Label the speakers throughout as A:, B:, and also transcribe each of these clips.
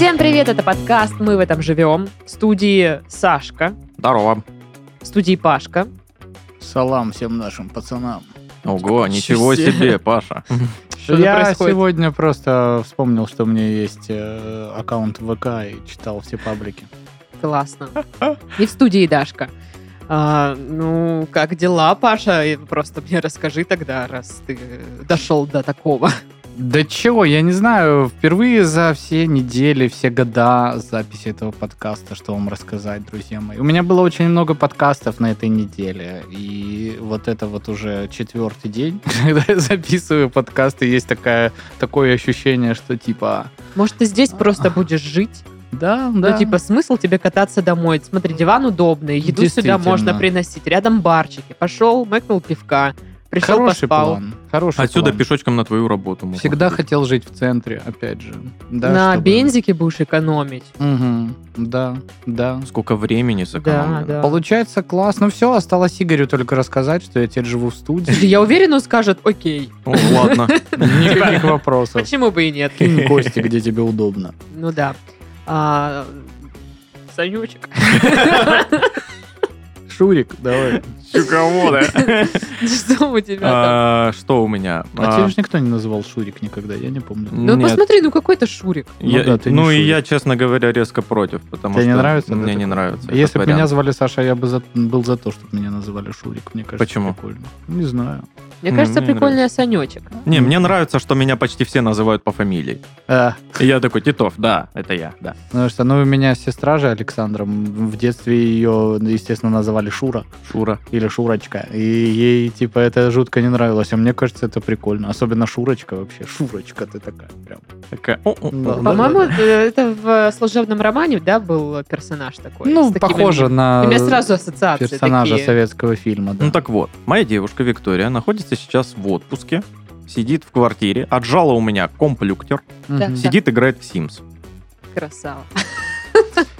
A: это подкаст «Мы в этом живем». В студии Сашка,
B: Здорово.
A: в студии Пашка.
C: Салам всем нашим пацанам.
B: Ого,
A: ничего
B: ничего
A: себе.
B: себе, Паша.
A: Что тут
C: я
A: происходит?
C: сегодня просто вспомнил, что у меня есть э, аккаунт ВК и читал все паблики.
A: Классно. И в студии Дашка. А, ну, как дела, Паша? И Просто мне расскажи тогда, раз ты дошел до такого.
C: Да чего, я не знаю, впервые за все недели, все года записи этого подкаста, что вам рассказать, друзья мои. У меня было очень много подкастов на этой неделе, и вот это вот уже четвертый день, когда я записываю подкасты, есть такая, такое ощущение, что типа...
A: Может, ты здесь просто будешь жить?
C: Да,
A: Ну, типа, смысл тебе кататься домой? Смотри, диван удобный, еду сюда
C: Действительно.
A: можно приносить. Рядом барчики. Пошел, мэкнул пивка. Пришел,
C: Хороший
A: поспал.
C: план. Хороший
B: Отсюда
C: план.
B: пешочком на твою работу. можно
C: Всегда
B: ходить.
C: хотел жить в центре, опять же. Да,
A: На
C: чтобы-
A: бензике будешь экономить.
C: Мгм. Да, да.
B: Сколько времени сэкономлено.
A: Да, да.
C: Получается классно. Все, осталось Игорю только рассказать, что я теперь живу в студии.
A: Я уверен, он скажет, окей.
B: О, ладно.
C: Никаких вопросов.
A: Почему бы и нет?
C: Кинь кости, где тебе удобно.
A: Ну да. А, Санючек.
C: Шурик, давай.
B: Кого, да?
A: Ну, Что у тебя там?
B: А, Что у меня?
C: А тебя
B: А,
C: же никто не называл Шурик никогда, я не помню.
A: Ну
B: нет,
A: посмотри, ну какой то Шурик.
B: я-
C: Ну да, ты не
B: Ну и
C: шурик.
B: я, честно говоря, резко против, потому
C: Тебе
B: что
C: не нравится?
B: мне
C: это?
B: не нравится. этот
C: Если бы меня
B: вариант.
C: звали Саша, я бы за- был за то, чтобы меня называли Шурик. Мне кажется,
B: Почему?
C: прикольно. Не знаю.
A: Мне
B: М,
A: кажется,
B: мне
A: прикольная Санечек.
B: Не, мне нравится, что меня почти все называют по фамилии.
C: А,
B: И я такой, Титов, да, это я, да.
C: Потому что, ну, у меня сестра же Александра, м, в детстве ее, естественно, называли Шура
B: Шура.
C: или Шурочка, и ей, типа, это жутко не нравилось, а мне кажется, это прикольно, особенно Шурочка вообще, Шурочка ты такая прям.
B: Такая, «О, о, о».
C: Да.
A: По-моему, э, это в служебном романе, да, был персонаж такой. с
C: Ну,
A: таким
C: похоже
A: именем.
C: на
A: У меня сразу ассоциации
C: персонажа
A: такие.
C: советского фильма, да.
B: Ну так вот, моя девушка Виктория находится сейчас в отпуске, сидит в квартире, отжала у меня комплюктер,
C: Мгм.
A: да.
B: сидит, играет в Sims.
A: Красава.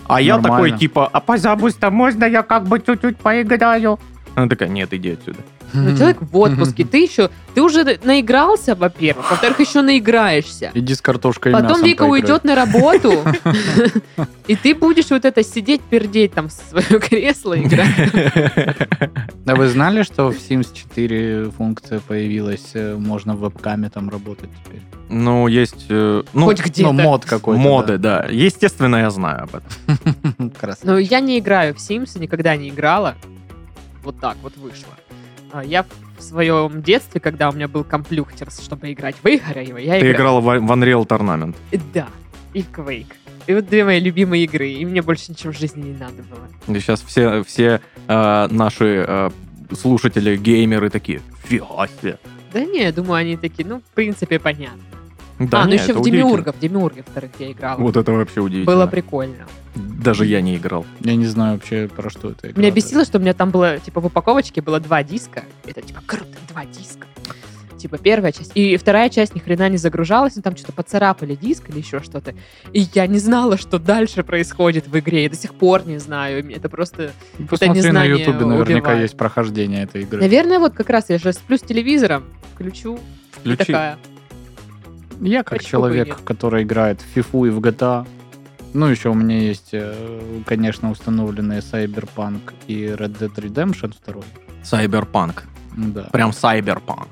B: А я
C: Нормально.
B: такой, типа, а позабудь-то можно я как бы чуть-чуть поиграю? Она такая, нет, иди отсюда.
A: Ну, человек в отпуске,
C: Мгм.
A: ты еще, ты уже наигрался, во-первых, во-вторых, еще наиграешься.
C: Иди с картошкой и
A: Потом
C: мясом
A: Вика
C: поиграй.
A: уйдет на работу, и ты будешь вот это сидеть, пердеть там в свое кресло играть.
C: А вы знали, что в Sims 4 функция появилась, э, можно вебками там работать теперь?
B: Ну, есть... э, Ну,
A: Хоть где-то.
C: Ну, мод какой-то.
B: моды, да. Естественно, я знаю об этом.
C: да. Красавчик.
A: Но я не играю в Sims, и никогда не играла. Вот так вот вышло. А Я в своем детстве, когда у меня был комплюктер, чтобы играть в игры, его, я
B: Ты
A: играла.
B: играла в в Unreal Tournament.
A: Да, и в Quake. И вот две мои любимые игры, и мне больше ничего в жизни не надо было.
B: И сейчас все, все э, наши э, слушатели, геймеры такие, фига себе.
A: Да не, я думаю, они такие, ну, в принципе, понятно.
B: Да
A: а, ну
B: не,
A: еще
B: это
A: в
B: удивительно.
A: Демиурга, в Демиурге, вторых я играла.
B: Вот это вообще удивительно.
A: Было прикольно.
B: Даже я не играл.
C: Я не знаю вообще, про что это игра.
A: Меня бесило, что у меня там было, типа, в упаковочке было два диска. Это, типа, круто, два диска. Типа, первая часть. И вторая часть ни хрена не загружалась, но там что-то поцарапали диск или еще что-то. И я не знала, что дальше происходит в игре. Я до сих пор не знаю. И мне Это просто...
C: Посмотри на
A: незнание
C: Ютубе, наверняка
A: убивает.
C: есть прохождение этой игры.
A: Наверное, вот как раз я же сплю с телевизором, включу, и
B: Включи.
A: такая.
C: Я как
A: Почему
C: человек,
A: бы и нет?
C: который играет в FIFA и в GTA. Ну, еще у меня есть, э, конечно, установленные Cyberpunk и Red Dead Redemption 2.
B: Сайберпанк.
C: Да.
B: Прям сайберпанк.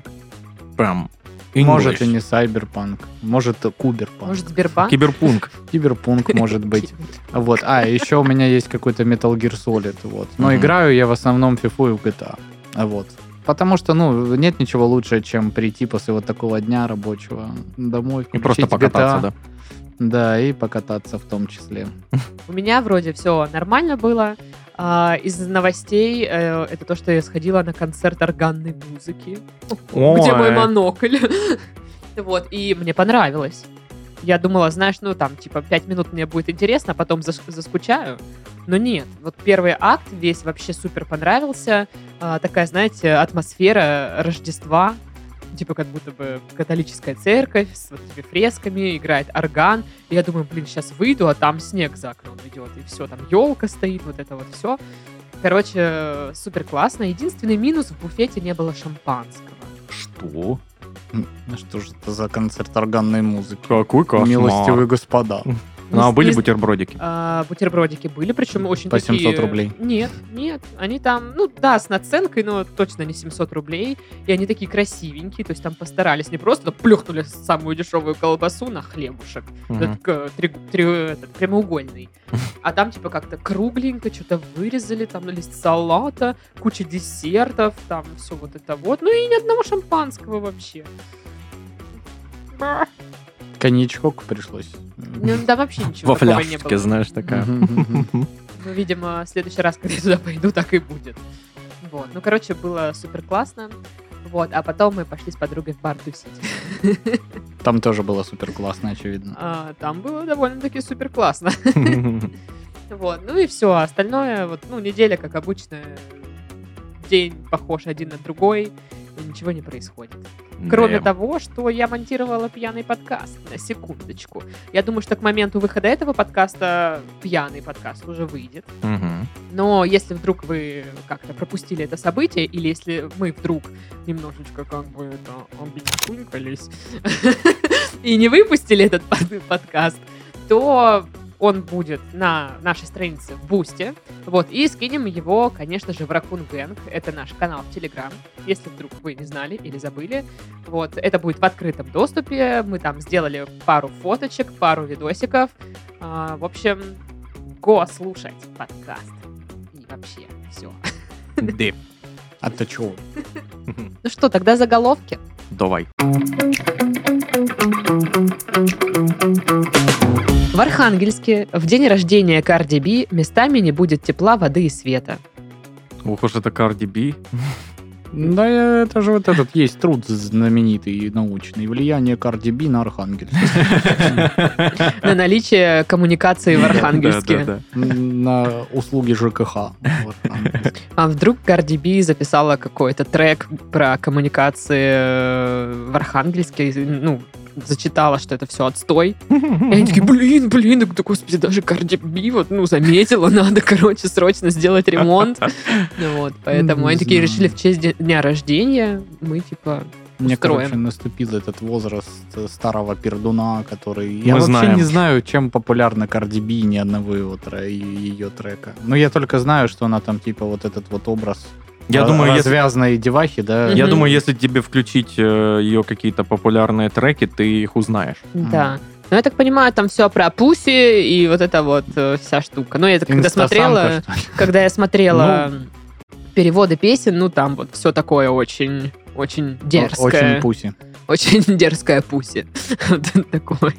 B: Прям English.
C: Может и не Cyberpunk, может и Куберпанк.
A: Может, Сбербанк?
B: Киберпунк.
C: Киберпунк может быть. Вот. А, еще у меня есть какой-то Metal Gear Solid. Вот. Но
B: Мгм.
C: играю я в основном в FIFA и в GTA. А Вот. Потому что, ну, нет ничего лучше, чем прийти после вот такого дня рабочего домой.
B: И просто
C: включить GTA.
B: покататься, да.
C: Да, и покататься в том числе.
A: У меня вроде все нормально было. А, из новостей э, это то, что я сходила на концерт органной музыки. где мой
B: Ой.
A: монокль? Вот, и мне понравилось. Я думала, знаешь, ну там, типа, пять минут мне будет интересно, а потом зас- заскучаю. Но нет, вот первый акт весь вообще супер понравился. А, такая, знаете, атмосфера Рождества, типа как будто бы католическая церковь с вот этими фресками, играет орган. И я думаю, блин, сейчас выйду, а там снег за окном идет, и все, там елка стоит, вот это вот все. Короче, супер классно. Единственный минус, в буфете не было шампанского.
B: Что?
C: Ну М, Что же это за концерт органной музыки?
B: Какой кошмар.
C: Милостивые господа.
B: Ну, а
A: с-
B: были
A: с-
B: бутербродики?
A: а, бутербродики были, причем очень
C: По
A: такие-
C: 700 рублей.
A: Нет, нет, они там, ну да, с наценкой, но точно не 700 рублей, и они такие красивенькие, то есть там постарались, не просто плюхнули самую дешевую колбасу на хлебушек,
B: Мгм.
A: этот, к- три- три- этот, прямоугольный, а там типа как-то кругленько что-то вырезали, там лист салата, куча десертов, там все вот это вот, ну и ни одного шампанского вообще. Ба.
C: Коньячок пришлось.
A: Ну, там вообще ничего
B: Во
A: такого не
B: фляжке,
A: было.
B: знаешь, такая.
C: Мгм.
A: Ну, видимо, в следующий раз, когда я туда пойду, так и будет. Вот. Ну, короче, было супер классно. Вот, а потом мы пошли с подругой в бар тусить.
C: Там тоже было супер классно, очевидно.
A: А, там было довольно-таки супер классно. Вот, ну и все. Остальное, вот, ну, неделя, как обычно, день похож один на другой, и ничего не происходит. Кроме
B: Дэм.
A: того, что я монтировала пьяный подкаст. На секундочку. Я думаю, что к моменту выхода этого подкаста пьяный подкаст уже выйдет.
B: Мгм.
A: Но если вдруг вы как-то пропустили это событие, или если мы вдруг немножечко как бы это обинькунькались и не выпустили этот под- подкаст, то он будет на нашей странице в Бусте. Вот, и скинем его, конечно же, в Ракун Гэнг. Это наш канал в Телеграм, если вдруг вы не знали или забыли. Вот, это будет в открытом доступе. Мы там сделали пару фоточек, пару видосиков. А, в общем, го слушать подкаст. И вообще все.
B: Дэм.
C: А ты чего?
A: Ну что, тогда заголовки.
B: Давай.
A: В Архангельске в день рождения Карди Би местами не будет тепла, воды и света.
B: Ух уж это Карди Би.
C: Да э, это же вот этот есть труд знаменитый и научный. Влияние Карди Би на Архангельск.
A: На наличие коммуникации в Архангельске.
B: Да-да-да.
C: М, На услуги ЖКХ. в Архангельске.
A: А вдруг Карди Би записала какой-то трек про коммуникации э, в Архангельске, и, ну, зачитала, что это все отстой. И они такие, блин, блин, да господи, даже Карди Би вот, ну, заметила, надо, короче, срочно сделать ремонт. Ну Вот, поэтому
C: Не
A: они такие
C: знаю.
A: решили в честь де- дня рождения мы, типа,
C: Мне,
A: Устроим.
C: короче, наступил этот возраст э, старого пердуна, который...
B: Мы
C: Я вообще
B: знаем.
C: не знаю, чем популярна Карди Би и ни одного его тре- и ее трека. Но я только знаю, что она там, типа, вот этот вот образ
B: Я
C: ра-
B: думаю, если-
C: развязанной девахи, да?
A: Мгм.
B: я думаю, если тебе включить э, ее какие-то популярные треки, ты их узнаешь.
A: да. Но я так понимаю, там все про пуси и вот эта вот э, вся штука. Но я это когда
C: Инстасамка,
A: смотрела,
C: что ли? Ну.
A: когда я смотрела переводы песен, ну, там вот все такое очень очень дерзкое.
C: Очень пуси.
A: Очень дерзкая пуси. Вот такое.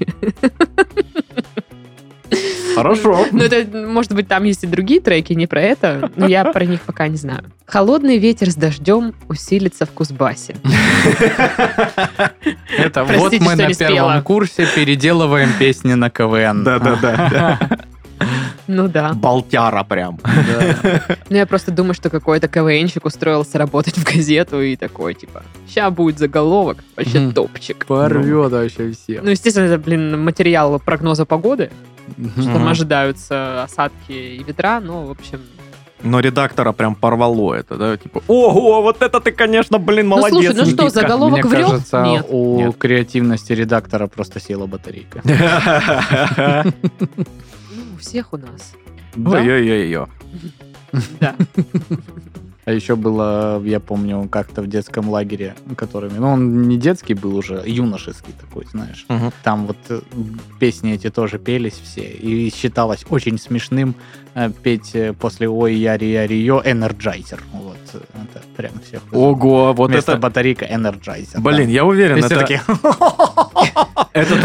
B: Хорошо.
A: Ну, это, может быть, там есть и другие треки, не про это, но я про них пока не знаю. Холодный ветер с дождем усилится в Кузбассе.
C: Это вот
A: Простите,
C: мы
A: что
C: на
A: не спела.
C: первом курсе переделываем песни на КВН.
B: Да-да-да.
A: Ну да.
B: Болтяра прям.
A: Ну, я просто думаю, что какой-то КВНщик устроился работать в газету и такой, типа, ща будет заголовок, вообще
C: Мгм.
A: топчик.
C: Порвет вообще всех.
A: Ну, естественно, это, блин, материал прогноза погоды. что Там
B: Мгм.
A: ожидаются осадки и ветра, но, в общем...
B: Но редактора прям порвало это, да? Типа, ого, вот это ты, конечно, блин, молодец,
A: слушай, ну что,
B: Никитка».
A: заголовок
C: Мне
A: врет?
C: кажется,
A: Нет.
C: у
B: Нет.
C: креативности редактора просто села батарейка.
A: Ну, у всех у нас.
C: Да.
B: Ой-ой-ой-ой.
A: Да.
C: А еще было, я помню, как-то в детском лагере, которыми... Ну, он не детский был уже, а юношеский такой, знаешь.
B: Мгм.
C: Там вот э, песни эти тоже пелись все. И считалось очень смешным э, петь э, после «Ой, яри, яри, йо» «Энерджайзер». Вот, э, это прям всех.
B: Ого, вот
C: Вместо
B: это...
C: батарейка «Энерджайзер».
B: Блин,
C: да.
B: я
C: И
B: уверен,
C: все
B: это-
C: такие,
B: этот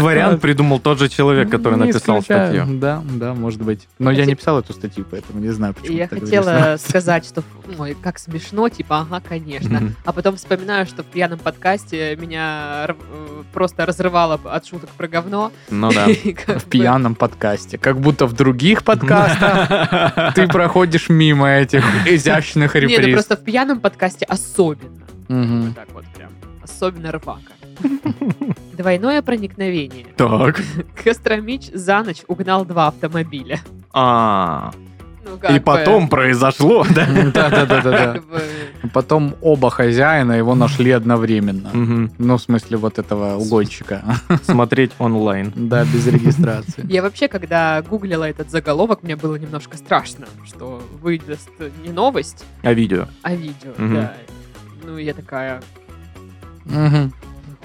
B: вариант придумал тот же человек, который
C: Не
B: написал
C: исключаю.
B: статью.
C: Да, да, может быть. Но
A: Я
C: я
A: те-
C: не писал эту статью, поэтому не знаю, почему.
A: Я
C: так
A: хотела
C: известно.
A: сказать, что, ой, как смешно, типа, ага, конечно.
B: Мгм.
A: А потом вспоминаю, что в пьяном подкасте меня рв- э, просто разрывало от шуток про говно.
B: Ну да.
A: И как
C: В
A: бы-
C: пьяном подкасте. Как будто в других подкастах ты проходишь мимо этих изящных
A: Не, ну
C: реприз.
A: просто в пьяном подкасте особенно.
C: Мгм.
A: Вот так вот прям. Особенно рвака. Двойное проникновение.
B: Так.
A: Костромич за ночь угнал два автомобиля.
B: А,
A: Ну, Ну, как
B: и
A: бы,
B: потом произошло, да?
C: Да-да-да-да.
A: как бы,
C: Потом оба хозяина его нашли одновременно.
B: Мгм.
C: Ну, в смысле, вот этого угонщика.
B: Смотреть онлайн.
C: Да, без регистрации.
A: Я вообще, когда гуглила этот заголовок, мне было немножко страшно, что выдаст не новость,
B: А видео?
A: а видео.
B: Мгм.
A: Да. Ну, я такая...
C: Мгм.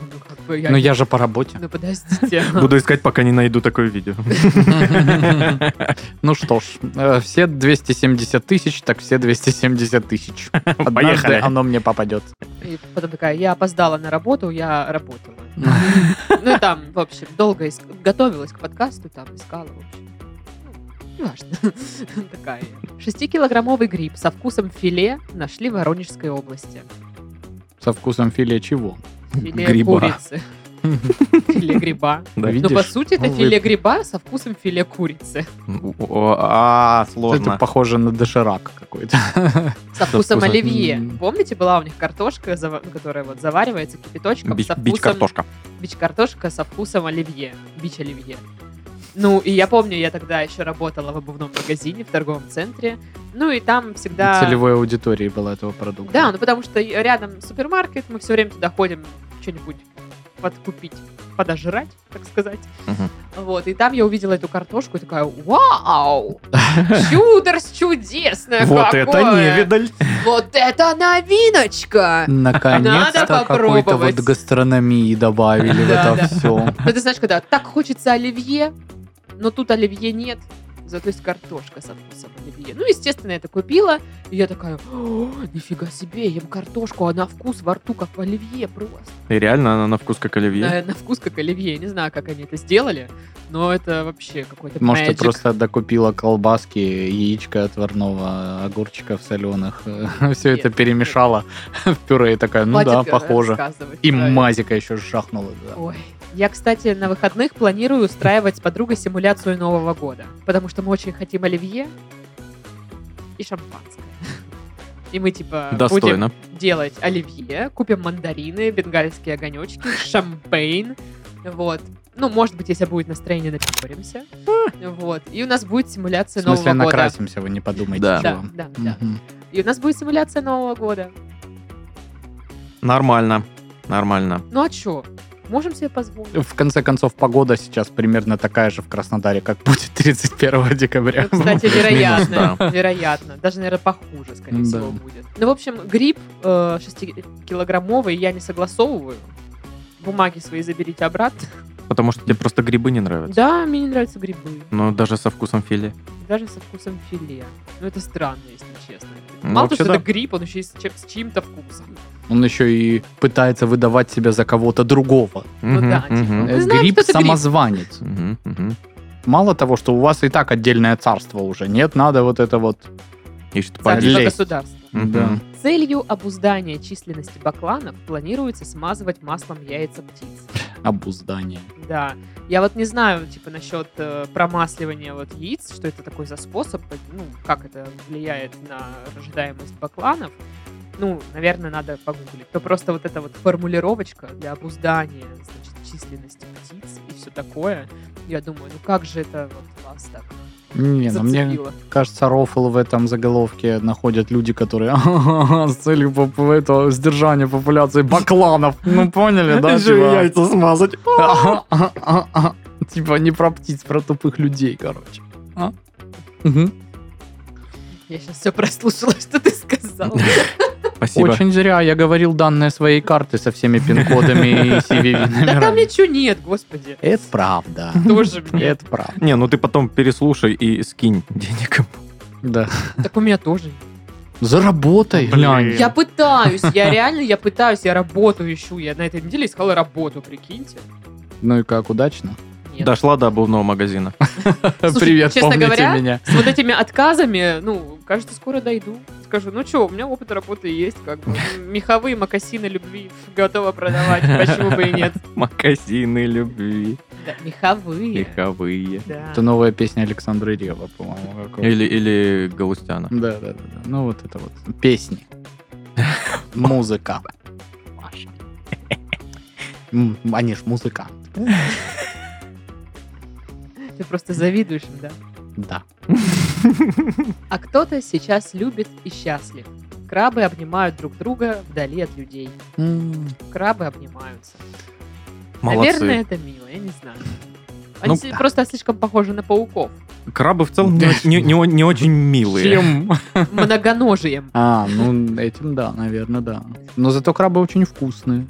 A: Ну, как бы я...
C: Ну, я же по работе.
A: Ну, подождите.
B: Буду искать, пока не найду такое видео.
C: Ну что ж, э, все 270 тысяч, так все 270 тысяч. Однажды
B: Поехали.
C: оно мне попадет.
A: И потом такая, я опоздала на работу, я работала. Ну, и там, в общем, долго иск- готовилась к подкасту, там, искала, в общем. Ну, Неважно. Такая. я. Шестикилограммовый гриб со вкусом филе нашли в Воронежской области.
C: Со вкусом филе чего?
A: Филе
B: Гриба.
A: курицы. Филе гриба.
B: Да.
A: Ну, по
C: Видишь?
A: сути, это
C: Вы-
A: филе гриба со вкусом филе курицы.
B: О, А,
C: Это
B: сложно.
C: похоже на доширак какой-то.
A: Со вкусом
B: вкусом.
A: оливье.
C: М.
A: Помните, была у них картошка, зава- которая вот заваривается кипяточком
B: Бич-
A: со
B: Бить
A: вкусом
B: картошка.
A: бич-картошка со вкусом оливье, бич-оливье. Ну, и я помню, я тогда еще работала в обувном магазине в торговом центре. Ну, и там всегда...
C: Целевой аудитории была этого продукта.
A: Да, ну потому что и- рядом супермаркет, мы все время туда ходим что-нибудь подкупить, подожрать, так сказать.
B: Мгм.
A: Вот, и там я увидела эту картошку и такая, вау, чудо-с чудесное
B: Вот
A: какое!
B: это невидаль.
A: Вот это новиночка!
C: Наконец-то
A: Надо
C: какой-то вот
A: попробовать.
C: гастрономии добавили в
A: Да,
C: это
A: да.
C: все.
A: Ну, ты знаешь, когда так хочется оливье, но тут оливье нет, зато есть картошка со вкусом оливье. Ну, естественно, я это купила, и я такая, «О, нифига себе, ем картошку, а на вкус во рту как оливье просто.
B: И реально она на вкус как оливье.
A: На, на вкус как оливье, не знаю, как они это сделали, но это вообще какой-то
C: Может, ты
A: magic.
C: просто докупила колбаски, яичко отварного, огурчиков соленых. Все это
A: Нет.
C: перемешала в пюре и такая, ну
A: Хватит,
C: да,
A: э,
C: похоже.
A: рассказывать
C: И
A: про это.
C: мазика еще жахнула. да.
A: Ой. Я, кстати, на выходных планирую устраивать с подругой симуляцию Нового года, потому что мы очень хотим оливье и шампанское. И мы, типа, будем
B: Достойно.
A: делать оливье, купим мандарины, бенгальские огонечки, шампейн, вот. Ну, может быть, если будет настроение, напоримся. Вот. И у нас будет
C: В
A: симуляция
C: смысле,
A: Нового года.
C: накрасимся, вы не подумайте.
B: Да.
A: Да,
C: чего.
A: да, да.
C: Мгм.
A: И у нас будет симуляция Нового года.
B: Нормально. Нормально.
A: Ну а чё? Можем себе позволить?
C: В конце концов, погода сейчас примерно такая же в Краснодаре, как будет 31 декабря.
A: Ну, кстати, вероятно,
B: минус,
A: вероятно. Даже, наверное, похуже, скорее
C: Да.
A: всего, будет. Ну, в общем, гриб э, 6-килограммовый я не согласовываю. Бумаги свои заберите обратно.
B: Потому что тебе просто грибы не нравятся.
A: Да, мне не нравятся грибы.
B: Но даже со вкусом филе.
A: Даже со вкусом филе. Ну, это странно, если честно.
B: Ну,
A: Мало того,
B: вообще
A: что
B: да.
A: это гриб, он еще и с, чем- с чьим-то вкусом.
C: Он еще и пытается выдавать себя за кого-то другого.
A: Ну
B: Мгм,
A: да, типа.
B: мгм.
A: Ты
C: Э,
A: знаешь,
C: гриб
A: что это гриб?
C: самозванец.
B: Мгм, мгм.
C: Мало того, что у вас и так отдельное царство уже. Нет, надо вот это вот.
B: И что
A: Царство
C: Подлезть.
A: государства.
B: Мгм.
C: Да.
A: С Целью обуздания численности бакланов планируется смазывать маслом яйца птиц.
C: Обуздание.
A: Да. Я вот не знаю, типа, насчет э, промасливания вот яиц, что это такой за способ, ну, как это влияет на рождаемость бакланов. Ну, наверное, надо погуглить. То просто вот эта вот формулировочка для обуздания, значит, численности птиц и все такое. Я думаю, ну как же это вот вас так
C: Не, ну мне
A: зацепило?
C: кажется, рофл в этом заголовке находят люди, которые с целью поп- этого, сдержания популяции бакланов. Ну поняли, да? типа?
B: смазать.
C: Типа не про птиц, про тупых людей, короче. А? Мгм.
A: Я сейчас все прослушала, что ты сказал.
B: Спасибо.
C: Очень зря я говорил данные своей карты со всеми пин-кодами и CVV
A: Да там
C: номерами.
A: ничего нет, господи.
C: Это правда.
A: Тоже мне.
C: Это правда.
B: Не, ну ты потом переслушай и скинь денег.
C: Да.
A: Так у меня тоже нет.
C: Заработай.
A: Ну,
B: Блин.
C: глянь.
A: Я пытаюсь, я реально, я пытаюсь, я работу ищу. Я на этой неделе искала работу, прикиньте.
C: Ну и как удачно.
A: Нет.
B: Дошла до обувного магазина.
A: Слушай,
C: Привет,
A: честно
C: помните
A: говоря,
C: меня.
A: С вот этими отказами, ну, кажется, скоро дойду. Скажу, ну что, у меня опыт работы есть, как бы. Меховые мокасины любви ф, готова продавать, почему бы и нет.
B: Магазины любви.
A: Да, меховые.
B: Меховые.
A: Да.
C: Это новая песня Александры Рева, по-моему. какого-то.
B: Или, или Галустяна.
C: Да, да, да. да. Ну вот это вот. Песни. Музыка. М, Они ж музыканты.
A: Ты просто завидуешь им, да?
C: Да.
A: А кто-то сейчас любит и счастлив. Крабы обнимают друг друга вдали от людей.
C: М,
A: Крабы обнимаются.
B: Молодцы.
A: Наверное, это мило, я не знаю. Они
B: Ну,
A: с- просто слишком похожи на пауков.
B: Крабы в целом не, не- не- не очень милые.
C: Чем?
A: Многоножием.
C: А, ну этим да, наверное, да. Но зато крабы очень вкусные.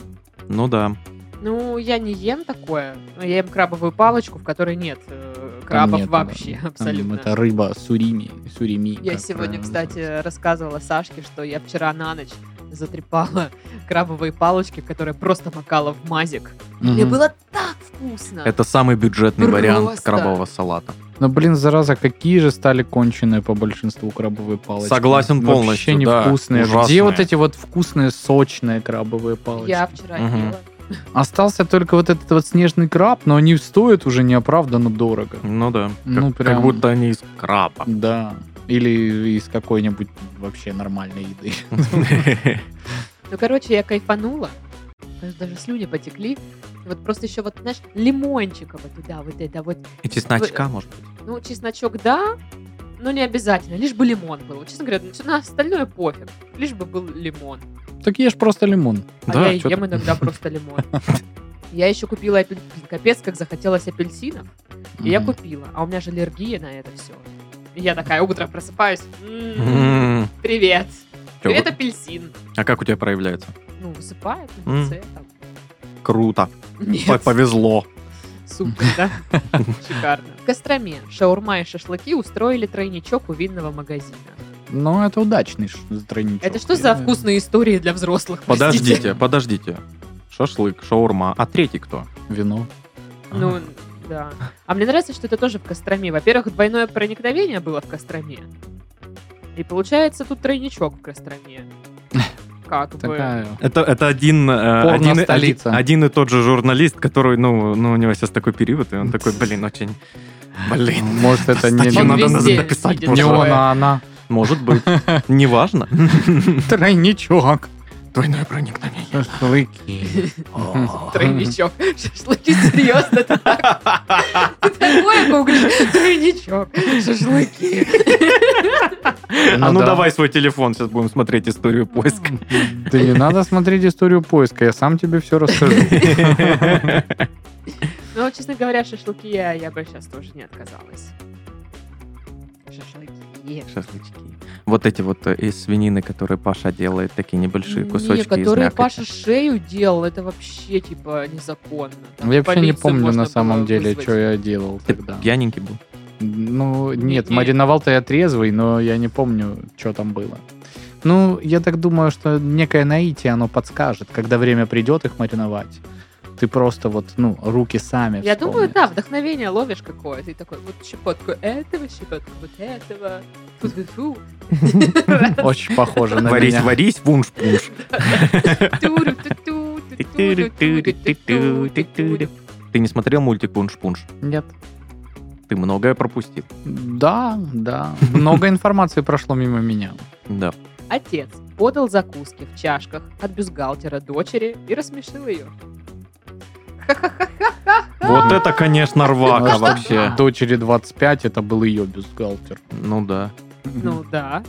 B: Ну да.
A: Ну, я не ем такое. но Я ем крабовую палочку, в которой нет э, крабов
C: Нет,
A: вообще,
C: да. Там
A: абсолютно.
C: Это рыба сурими. сурими
A: Я
C: как
A: сегодня,
C: правильно
A: кстати, рассказывала Сашке, что я вчера на ночь затрепала крабовые палочки, которые просто макала в мазик.
C: называется.
A: Мне
C: Мгм.
A: было так вкусно!
B: Это самый бюджетный вариант
A: Просто.
B: крабового салата.
C: Ну, блин, зараза, какие же стали конченые по большинству крабовые палочки.
B: Согласен полностью,
C: Вообще
B: да,
C: невкусные.
B: ужасные.
C: Где вот эти вот вкусные, сочные крабовые палочки?
A: Я вчера
B: Мгм.
A: ела.
C: Остался только вот этот вот снежный краб, но они стоят уже неоправданно дорого.
B: Ну да. Как,
C: Ну,
B: как
C: прям.
B: будто они из краба.
C: Да. Или из какой-нибудь вообще нормальной еды.
A: Ну, короче, я кайфанула. Аж Даже слюни потекли. И Вот просто еще вот, знаешь, лимончика вот туда, вот это вот.
B: И чесночка, может быть.
A: Ну, чесночок, да, но не обязательно. Лишь бы лимон был. Вот, Честно говоря, ну, на остальное пофиг. Лишь бы был лимон.
C: Так ешь просто лимон.
A: А
B: Да,
A: я
B: чё
A: ем
B: ты?
A: иногда просто лимон. Я еще купила апель- блин, Капец, как захотелось апельсинов. И я
C: Мгм.
A: купила. А у меня же аллергия на это все. И я такая, утром просыпаюсь. «М,
B: М,
A: Привет.
B: М-м-м. чё,
A: Привет, апельсин.
B: А как у тебя проявляется?
A: Ну, высыпает на
B: М.
A: лице. там.
B: Круто. П-
A: Нет.
B: Повезло.
A: Супер, да? Шикарно. В Костроме шаурма и шашлыки устроили тройничок у винного магазина.
C: Ну, это удачный ш- Э, тройничок.
A: Это что за вкусные истории для взрослых? Простите.
B: Подождите, подождите. Шашлык, шаурма. А третий кто?
C: Вино.
A: Ну, да. А мне нравится, что это тоже в Костроме. Во-первых, двойное проникновение было в Костроме. И получается тут тройничок в Костроме. Как бы.
C: Такая...
B: Это, это один, э, один, и-
C: Порно-столица.
B: один- один и тот же журналист, который, ну, ну, у него сейчас такой период, и он такой, блин, очень... Блин.
C: Может, это не,
B: статью
A: Он
B: надо
C: не,
A: везде
B: написать,
A: видит
B: надо-
C: не
A: такое.
C: он, а она.
B: Может быть. Неважно.
C: Тройничок.
B: Двойное проникновение.
C: Шашлыки.
B: А ну
A: Тройничок. Шашлыки, серьезно, ты так? Ты такое гуглишь? Тройничок. Шашлыки.
B: А ну
C: да.
B: давай свой телефон, сейчас будем смотреть историю поиска.
C: Да не надо смотреть историю поиска, я сам тебе все расскажу.
A: Ну, честно говоря, шашлыки я, я бы сейчас тоже не отказалась. Шашлыки.
B: Шашлычки. Вот эти вот э, из свинины, которые Паша делает, такие небольшие кусочки
A: Не,
B: из
A: которые
B: мякоти.
A: Паша шею делал, это вообще, типа, незаконно. Там
C: Я вообще не
A: полицию
C: помню
A: можно
C: на самом
A: было
C: деле,
A: вызвать.
C: что я делал
B: Ты
C: тогда.
B: пьяненький был?
C: Ну, нет,
A: Не-не.
C: мариновал-то я трезвый, но я не помню, что там было. Ну, я так думаю, что некое наитие оно подскажет, когда время придет их мариновать. Ты просто вот, ну, руки сами
A: Я думаю,
C: вспомнят.
A: да, вдохновение ловишь какое-то. И такой, вот щепотку этого, щепотку вот этого. Ту-ту-ту.
C: Очень похоже на
B: Варись,
C: меня.
B: варись, вунш-пунш.
A: Ту-ру-ту-ту, ту-ту-ту-ту-ту, ту-ту-ту.
B: Ты не смотрел мультик вунш-пунш?
C: Нет.
B: Ты многое пропустил.
C: Да, да. Много информации прошло мимо меня.
B: Да.
A: Отец подал закуски в чашках от бюстгальтера дочери и рассмешил ее. А.
B: Вот это, конечно, рвака
C: Может,
B: вообще.
C: Дочери 25, это был ее бюстгальтер.
B: Ну да.
A: Ну да,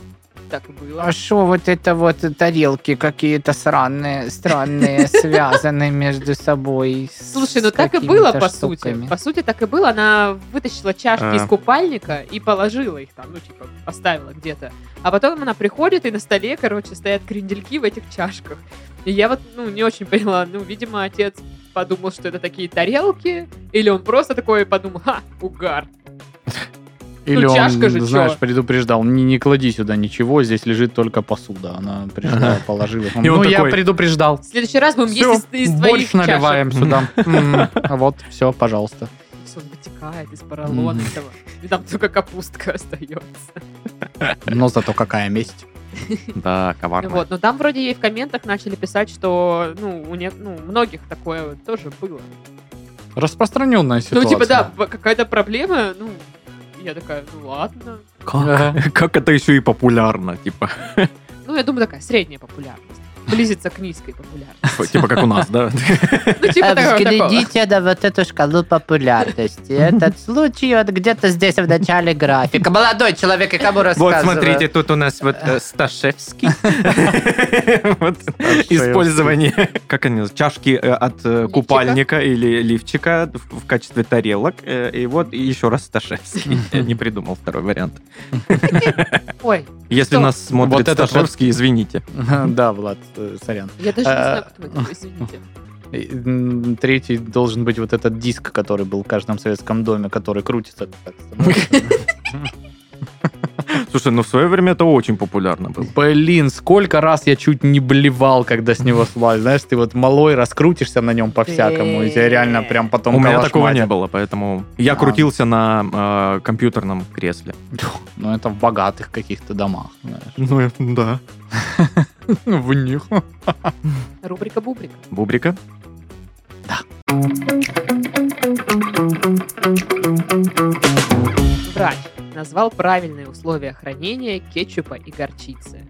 A: так и было.
D: А что вот это вот тарелки какие-то сраные, странные, связаны между собой? с
A: Слушай, ну так и
D: какими-то
A: было, по сути.
D: штуками?
A: По сути, так и было. Она вытащила чашки
B: А.
A: из купальника и положила их там, ну, типа, поставила где-то. А потом она приходит, и на столе, короче, стоят крендельки в этих чашках. И я вот, ну, не очень поняла. Ну, видимо, отец подумал, что это такие тарелки, или он просто такой подумал, ха, угар.
C: Или
A: Ну, чашка
C: он,
A: же
C: знаешь,
A: чё?
C: предупреждал, не, не клади сюда ничего, здесь лежит только посуда. Она пришла, положила.
B: И он
C: ну, я
B: такой,
C: предупреждал.
A: В следующий раз будем
C: Всё,
A: есть из, из твоих
C: борщ наливаем сюда. М, Вот, все, пожалуйста.
A: чашек. Всё, Он вытекает из поролона
C: Мгм.
A: этого. И там только капустка остается.
C: Но зато какая месть.
B: Да,
A: Ну
B: коварно.
A: Вот, но там вроде ей в комментах начали писать, что ну у не- ну, многих такое вот тоже было.
C: Распространенная ситуация.
A: Ну типа да, б- какая-то проблема, ну я такая, ну ладно.
B: Как? Как это еще и популярно, типа.
A: Ну я думаю такая средняя популярность. близится к низкой популярности.
B: Типа как у нас, да?
A: Ну, типа такого- такого.
D: Взглядите на вот эту шкалу популярности. Этот случай вот где-то здесь в начале графика. Молодой человек, я кому
E: Вот
D: рассказываю?
E: смотрите, тут у нас вот э, Сташевский.
B: Вот Использование, как они, называются, чашки э, от э,
A: Лифчика.
B: купальника или лифчика в в качестве тарелок. Э, И вот и еще раз Сташевский. Я не придумал второй вариант.
A: Ой,
B: Если
A: Что?
B: нас смотрит
C: Вот этот вот-
B: Сташевский, извините.
C: Да, Влад, э, сорян.
A: я даже не
C: Э,
A: знаю, кто это, извините.
C: И, м, Третий должен быть вот этот диск, который был в каждом советском доме, который крутится. так становится.
B: Слушай, ну в свое время это очень популярно было.
C: Блин, сколько раз я чуть не блевал, когда с него слазь. Знаешь, ты вот малой раскрутишься на нем по-всякому, и тебя реально прям потом
B: У меня
C: калаш
B: такого не
C: матят.
B: было, поэтому я
C: А.
B: крутился на э, компьютерном кресле.
C: Ну, это в богатых каких-то домах, знаешь.
B: Ну да.
C: В них.
A: Рубрика Бубрика.
B: Бубрика.
A: Врач назвал правильные условия хранения кетчупа и горчицы.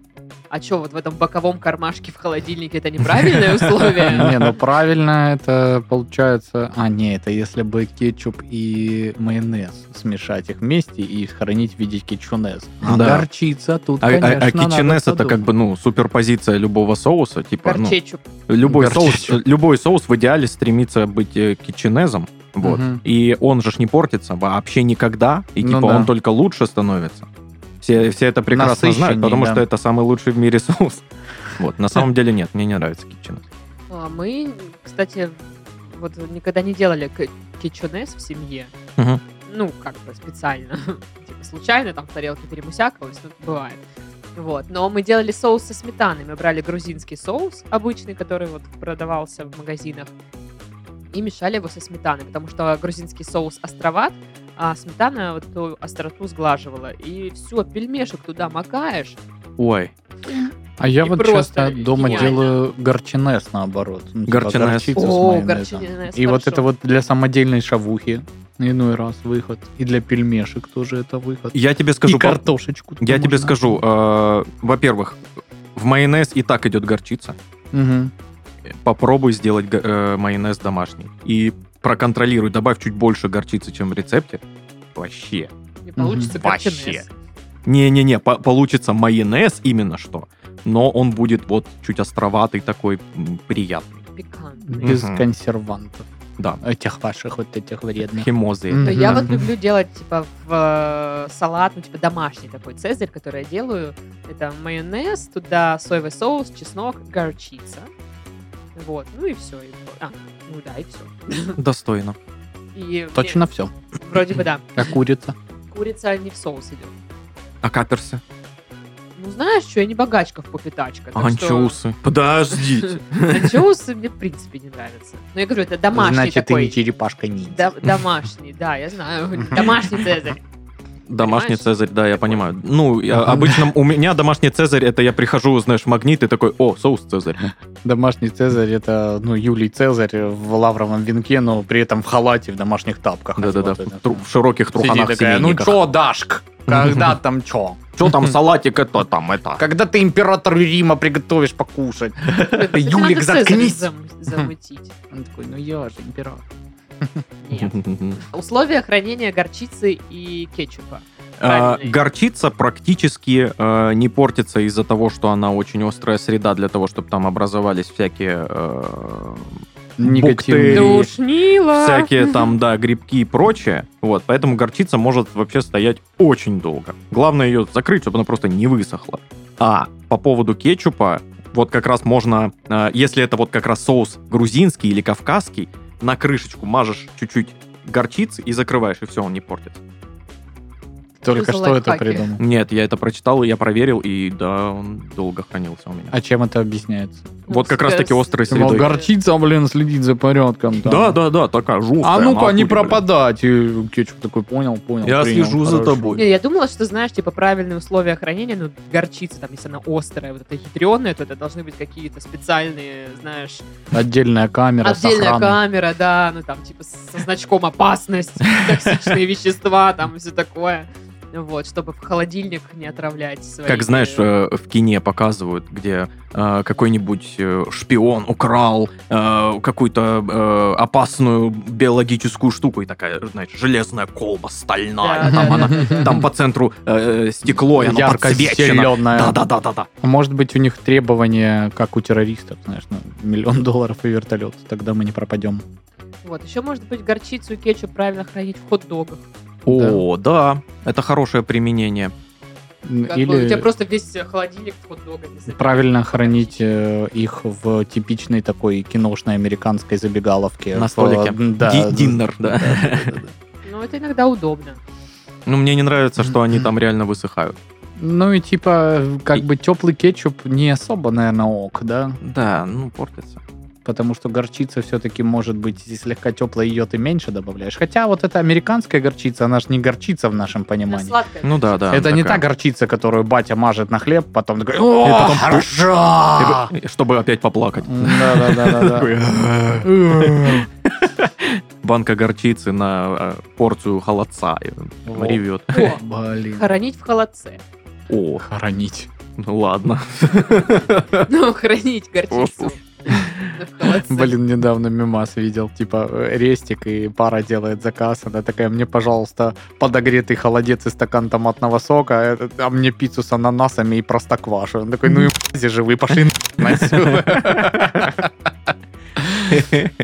A: А что, вот в этом боковом кармашке в холодильнике это неправильные
C: Не,
A: условия?
C: ну правильно это получается... А, не, это если бы кетчуп и майонез смешать их вместе и хранить в виде кетчунез. А
B: Да.
C: горчица тут,
B: А, а-
C: конечно,
B: а
C: надо
B: кетченес это как
C: подумать.
B: бы, ну, суперпозиция любого соуса. Типа, ну,
A: Горчечуп.
B: любой соус,
C: Горчичу.
B: э, любой соус в идеале стремится быть э, кетченезом. Вот.
C: Мгм.
B: И он же ж не портится вообще никогда. И
C: Ну
B: типа
C: да.
B: он только лучше становится. Все, все это прекрасно знают,
C: Насыщенней,
B: потому
C: да.
B: что это самый лучший в мире соус. Вот, на самом деле нет, мне не нравится кетченез.
A: А Мы, кстати, вот никогда не делали к- кетчунес в семье.
B: Мгм.
A: Ну, как бы специально. Типа случайно там в тарелке перемусякалось, ну, бывает. Вот. Но мы делали соус со сметаной. Мы брали грузинский соус обычный, который вот продавался в магазинах, и мешали его со сметаной, потому что грузинский соус островат, а сметана вот эту остроту сглаживала. И все, пельмешек туда макаешь,
B: Ой,
C: А я
A: И
C: вот
A: просто
C: часто дома
A: гениально.
C: делаю горчинес наоборот. Ну, типа
B: Горчинес.
C: горчица с
A: О,
C: майонезом.
A: горчинес,
C: И вот
A: хорошо.
C: это вот для самодельной шавухи. на Иной раз выход. И для пельмешек тоже это выход.
B: я тебе скажу,
C: и
B: по-
C: картошечку. туда
B: Я тебе
C: можно.
B: скажу, э, во-первых, в майонез и так идет горчица.
C: Мгм.
B: Попробуй сделать го- э, майонез домашний. И проконтролируй, добавь чуть больше горчицы, чем в рецепте. Вообще.
A: не получится
B: Вообще.
A: горчинес.
B: Не-не-не, по- получится майонез именно что, но он будет вот чуть островатый такой, м, приятный.
A: Пикантный.
C: Без
B: Мгм.
C: консервантов.
B: Да.
C: Этих ваших вот этих вредных.
B: Химозы.
C: М.
A: Но Ну, я
C: Мгм.
A: вот люблю делать, типа, в э, салат, ну, типа, домашний такой цезарь, который я делаю. Это майонез, туда соевый соус, чеснок, горчица. Вот, ну и все. А, ну да, и все.
B: Достойно.
A: И мне-
C: Точно все.
A: вроде бы, да.
C: Как курица.
A: Курица не в соус идет.
B: А каперсы?
A: Ну, знаешь что, я не богачка в попитачка. так что
B: А Анчоусы? Подождите.
A: Анчоусы мне, в принципе, не нравятся. Но я говорю, это домашний
C: Значит, ты
A: такой.
C: не черепашка ниндзя.
A: До- домашний, да, я знаю. Домашний цезарь.
B: Домашний
A: Понимаешь?
B: цезарь, да, я понимаю. Ну, я- обычно у меня домашний цезарь, это я прихожу, знаешь, в магнит и такой, о, соус цезарь.
C: Домашний Цезарь это, ну, Юлий Цезарь в лавровом венке, но при этом в халате, в домашних тапках.
B: Да-да-да,
C: Вот это.
B: в тру- в широких
C: Сидит
B: труханах
C: такая, ну
B: семейниках.
C: чё, Дашк, когда там чё?
B: Что там салатик это там это?
C: Когда ты императору Рима приготовишь покушать?
A: Кстати,
C: Юлик,
A: надо цезарь
C: заткнись.
A: зам- Замутить.
C: Он такой, ну я же император.
A: Нет. Условия хранения горчицы и кетчупа.
B: А,
A: Правильный.
B: Горчица практически э, не портится из-за того, что она очень острая среда для того, чтобы там образовались всякие э,
C: Негативный.
B: Ты- Бактерии.
A: Душнила.
B: всякие там да грибки и прочее. Вот, поэтому горчица может вообще стоять очень долго. Главное ее закрыть, чтобы она просто не высохла. А по поводу кетчупа, вот как раз можно, э, если это вот как раз соус грузинский или кавказский, на крышечку мажешь чуть-чуть горчицы и закрываешь, и все, он не портит.
C: Только
A: за
C: что это
A: лайфхаки.
C: придумал.
B: Нет, я это прочитал, я проверил, и да, он долго хранился у меня.
C: А чем это объясняется?
B: вот как
A: Ну,
B: раз-таки
A: с-
B: острой
A: с-
C: Мол,
B: средой.
C: горчица, блин, следит за порядком. там.
B: Да, да, да, такая жесткая.
C: А ну-ка, не
B: накуривали.
C: пропадать. И кетчуп такой, понял, понял.
B: Я
C: принял,
B: слежу за
C: хорошо.
B: тобой.
A: Не, я думала, что, знаешь, типа, правильные условия хранения, ну, горчица, там, если она острая, вот эта ядреная, то это должны быть какие-то специальные, знаешь,
C: Отдельная камера с
A: отдельная
C: охраной.
A: камера, да, ну, там, типа, со значком опасность, токсичные вещества, там, все такое. вот, чтобы в холодильник не отравлять свои...
B: Как знаешь, э, в кине показывают, где э, какой-нибудь э, шпион украл э, какую-то э, опасную биологическую штуку, и такая, знаешь, железная колба
A: Да,
B: стальная, там,
A: да,
B: она-
A: да, да, да.
B: там по центру э, стекло, и оно подсвечено.
C: зеленая.
B: Да-да-да-да-да.
C: А Может быть, у них требования, как у террористов, знаешь, ну, миллион долларов и вертолет, тогда мы не пропадем.
A: Вот, еще, может быть, горчицу и кетчуп правильно хранить в хот-догах.
B: О, да, это хорошее применение.
A: Как бы у тебя
C: Ну, Или
A: просто весь э, холодильник в хот-догах. не забит.
C: правильно хранить э, их в типичной такой киношной американской забегаловке.
B: На
C: В,
B: столике.
C: э, Да.
B: Ди- Диннер, да.
A: Ну, это иногда удобно.
B: Ну, мне не нравится, что они там реально высыхают.
C: Ну и типа, как бы теплый кетчуп не особо, наверное, ок, да?
B: Да, ну, портится.
C: потому что горчица все-таки может быть и слегка теплая, ее ты меньше добавляешь. Хотя вот эта американская горчица, она же не горчица в нашем
A: Она
C: понимании.
A: сладкая.
B: Ну да, да.
C: это не
B: такая.
C: та горчица, которую батя мажет на хлеб, потом такой, о,
B: потом
C: хорошо!
B: Э, Чтобы опять поплакать.
C: Да-да-да-да.
B: Такой, «Ах». банка горчицы на э, порцию холодца и прям
C: О.
B: ревет.
A: О,
C: Блин.
A: Хранить в холодце.
B: О,
C: Хоронить.
B: ну ладно.
A: Ну, хранить горчицу. В холодце.
C: Блин, недавно мимас видел, типа, э, рестик, и пара делает заказ, она такая, мне, пожалуйста, подогретый холодец и стакан томатного сока, э, а мне пиццу с ананасами и простоквашу. Он такой, ну и мрази же вы, пошли нахрен отсюда».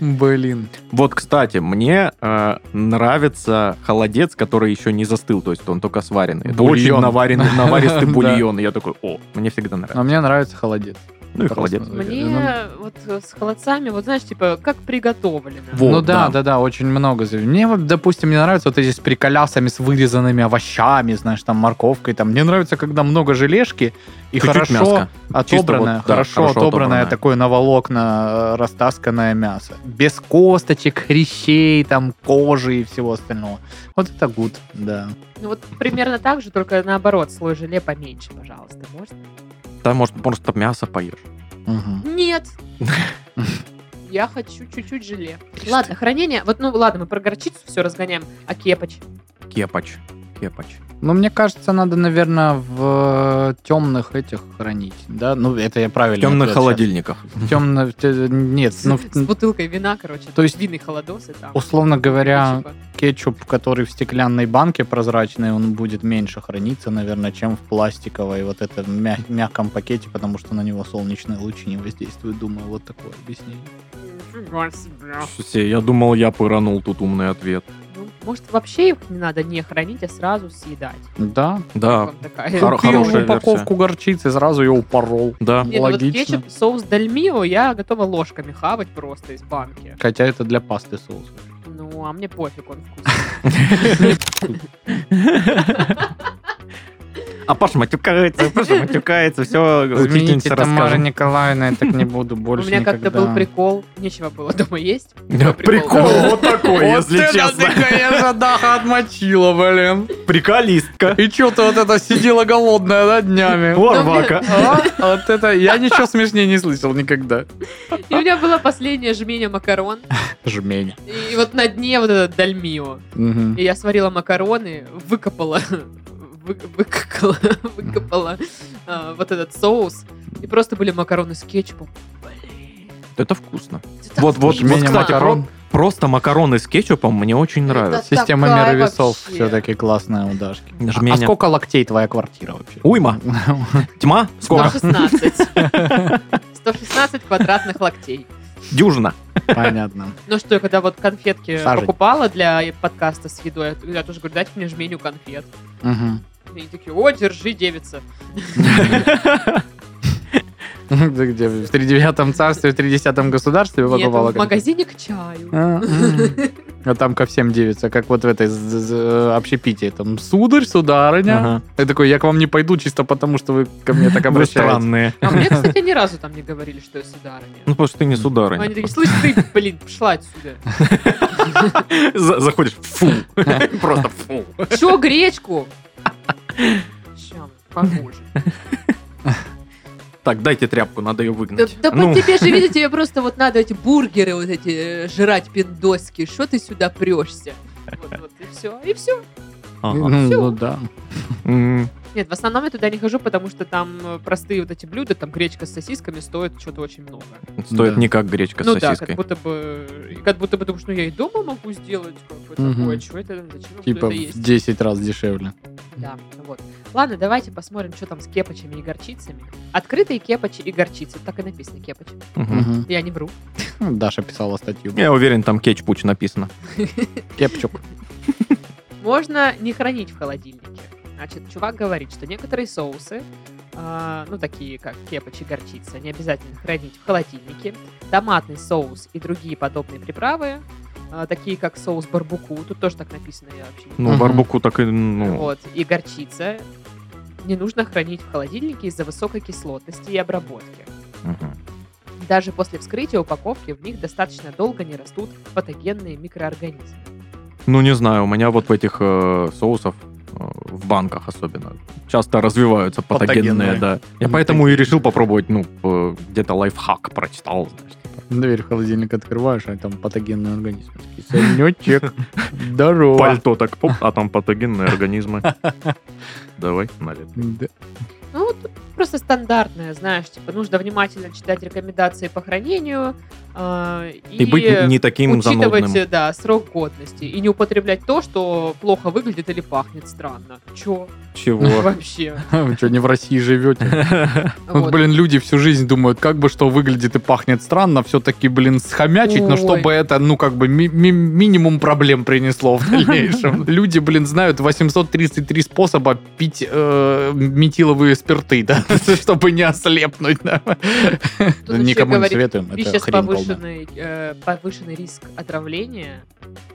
C: Блин.
B: Вот, кстати, мне э, нравится холодец, который еще не застыл, то есть он только сваренный. Это
C: Бульон.
B: очень наваренный, наваристый
C: Да.
B: бульон. И Я такой, о, мне всегда нравится.
C: Но мне нравится холодец.
B: Ну и
C: просто.
B: холодец.
A: Мне вот э, с холодцами, вот знаешь, типа, как приготовлено.
B: Вот,
C: ну да,
B: да.
C: да, да, очень много. заве- Мне, вот, допустим, не нравятся вот эти с приколясами, с вырезанными овощами, знаешь, там морковкой. Там. Мне нравится, когда много желешки и
B: Чуть-чуть
C: хорошо
B: мяска.
C: отобранное,
B: вот, да,
C: хорошо,
B: хорошо
C: отобранное,
B: отобранное.
C: такое на волокна э, растасканное мясо. Без косточек, хрящей, там, кожи и всего остального. Вот это гуд, да.
A: Ну вот примерно так же, только наоборот, слой желе поменьше, пожалуйста, можно?
B: Да, может, просто мясо поешь.
C: Мгм.
A: Нет. Я хочу чуть-чуть желе. Ладно, хранение. Вот, ну ладно, мы про горчицу все разгоняем. А кепоч?
B: Кепач. Кепач.
C: Ну, мне кажется, надо, наверное, в темных этих хранить, да? Ну, это я
B: В
C: правильно.
B: темных
C: ответ
B: холодильниках.
C: сейчас. В темно... в те- Нет, ну, в-
A: С бутылкой вина, короче.
C: То есть,
A: винный холодос и там.
C: условно говоря,
A: кетчупа.
C: кетчуп, который в стеклянной банке прозрачный, он будет меньше храниться, наверное, чем в пластиковой вот этом мя- мягком пакете, потому что на него солнечные лучи не воздействуют. Думаю, вот такое объяснение.
A: Ну, Нифига себе.
B: Слушайте, я думал, я пыранул тут умный ответ.
A: типа, Ну, может, вообще их не надо не хранить, а сразу съедать.
C: Да.
B: Да,
A: Вам такая-
B: Хоро-
C: Купил
B: А, хорошая
C: упаковку горчицы, сразу ее упорол.
B: да.
A: Нет, ну вот
C: логично.
A: кетчуп, соус дальмио я готова ложками хавать просто из банки.
C: Хотя это для пасты соус.
A: Ну, а мне пофиг, он вкусный.
B: А Паша матюкается, Паша матюкается, все,
D: Извините, Тамара Николаевна, я так не буду
A: У
D: больше
A: меня как-то
D: никогда.
A: был прикол, нечего было дома есть.
B: Прикол вот такой, если честно.
C: конечно, даха отмочила, блин.
B: Приколистка.
C: И что ты вот это сидела голодная, да,
B: Ну,
C: днями?
B: Варвака.
C: А? Вот это... Я ничего смешнее не слышал никогда.
A: И у меня было последнее жмение макарон.
C: Жмень.
A: И вот на дне вот это дальмио.
C: Мгм.
A: И я сварила макароны, выкопала, вы- выкакала, выкопала а, вот этот соус. И просто были макароны с кетчупом. Блин,
B: Это вкусно.
A: это так
B: Вот- вот-
A: вкусно.
B: вот, кстати,
A: Это
C: макарон.
B: Просто макароны с кетчупом мне очень нравятся.
C: Система
A: такая
C: мира весов
A: вообще.
C: все-таки классная у Дашки. А-
B: Жменя.
C: А сколько локтей твоя квартира вообще?
B: Уйма. Тьма? Скоро.
A: 116. 116 квадратных локтей.
B: Дюжина.
C: Понятно.
A: Ну что, я когда вот конфетки
C: Сажень.
A: покупала для подкаста с едой, я- я тоже говорю, дайте мне жменю конфет.
C: Мгм.
A: И они такие, о, держи, девица.
C: Ты где? В тридевятом царстве, в тридесятом государстве
A: Нет,
C: покупала?
A: в
C: конфеты?
A: магазине к чаю.
C: А, м. А там ко всем девица, как вот в этой з- з- общепите. Там сударь, сударыня.
B: Ага. Ну,
C: Я такой, я к вам не пойду чисто потому, что вы ко мне так
B: Вы
C: обращаетесь.
B: странные.
A: А мне, кстати, ни разу там не говорили, что я сударыня.
B: Ну, потому что ты не сударыня.
A: Они такие, слышь, ты, блин, пошла отсюда.
B: За- Заходишь, фу. Просто фу.
A: Чё, гречку? Чем? Похоже.
B: Так, дайте тряпку, надо ее
A: Да,
B: выгнать.
A: да
B: Ну,
A: по тебе же, видите, тебе просто вот надо эти бургеры вот эти э, жрать пиндоски. Что ты сюда прешься? Вот, вот, и все. И все.
B: Ага.
C: Ну, ну да.
B: М,
A: Нет, в основном я туда не хожу, потому что там э, простые вот эти блюда, там гречка с сосисками стоит что-то очень много.
B: Стоит
C: Да.
B: не как гречка
A: ну
B: с
A: да, как
B: сосиской.
A: будто бы, как будто бы думаешь, ну я и дома могу сделать какое-то
C: Мгм.
A: такое, чего это, зачем я буду
C: Типа
A: это
C: в
A: есть?
C: 10 раз дешевле.
A: Да, вот. Ладно, давайте посмотрим, что там с кепочами и горчицами. Открытые кепочи и горчицы, так и написано кепоч.
B: Мгм.
C: Мгм.
A: Я не вру.
C: Ну, Даша писала статью.
B: Я уверен, там кетчпуч написано.
C: Кепчук.
A: Можно не хранить в холодильнике. Значит, чувак говорит, что некоторые соусы, а, ну, такие как кепоч и горчица, не обязательно хранить в холодильнике. Томатный соус и другие подобные приправы, а, такие как соус барбуку, тут тоже так написано, я вообще не
B: Ну,
C: Мгм.
B: барбуку так и, ну...
A: Вот, и горчица не нужно хранить в холодильнике из-за высокой кислотности и обработки.
B: мгм.
A: Даже после вскрытия упаковки в них достаточно долго не растут патогенные микроорганизмы.
B: Ну, не знаю, у меня вот в этих э, соусов, э, в банках особенно, часто развиваются патогенные,
C: Патогенные.
B: да. Я поэтому и решил попробовать, ну, э, где-то лайфхак прочитал, знаешь.
C: Дверь в холодильник открываешь, а там патогенный организм. Такие, Санечек, здорово.
B: Пальто так, оп, а там патогенные организмы. Давай, налет.
C: Да.
A: Ну, тут просто стандартное, знаешь, типа нужно внимательно читать рекомендации по хранению а, и,
B: И быть не таким
A: учитывать,
B: занудным.
A: да, срок годности и не употреблять то, что плохо выглядит или пахнет странно. Чё
B: Чего?
A: вообще?
C: А Вы что, не в России живете? Вот,
A: Вот.
C: блин, люди всю жизнь думают, как бы что выглядит и пахнет странно, все-таки, блин, схомячить, но
A: Ой.
C: чтобы это, ну, как бы ми- ми- минимум проблем принесло в дальнейшем. Люди, блин, знают 833 способа пить э, метиловые спирты, да, чтобы не ослепнуть. да.
A: Тут еще
C: Никому не
A: говорит,
C: советуем, это
A: Пища с
C: хрень полная.
A: повышенной, э, повышенный риск отравления.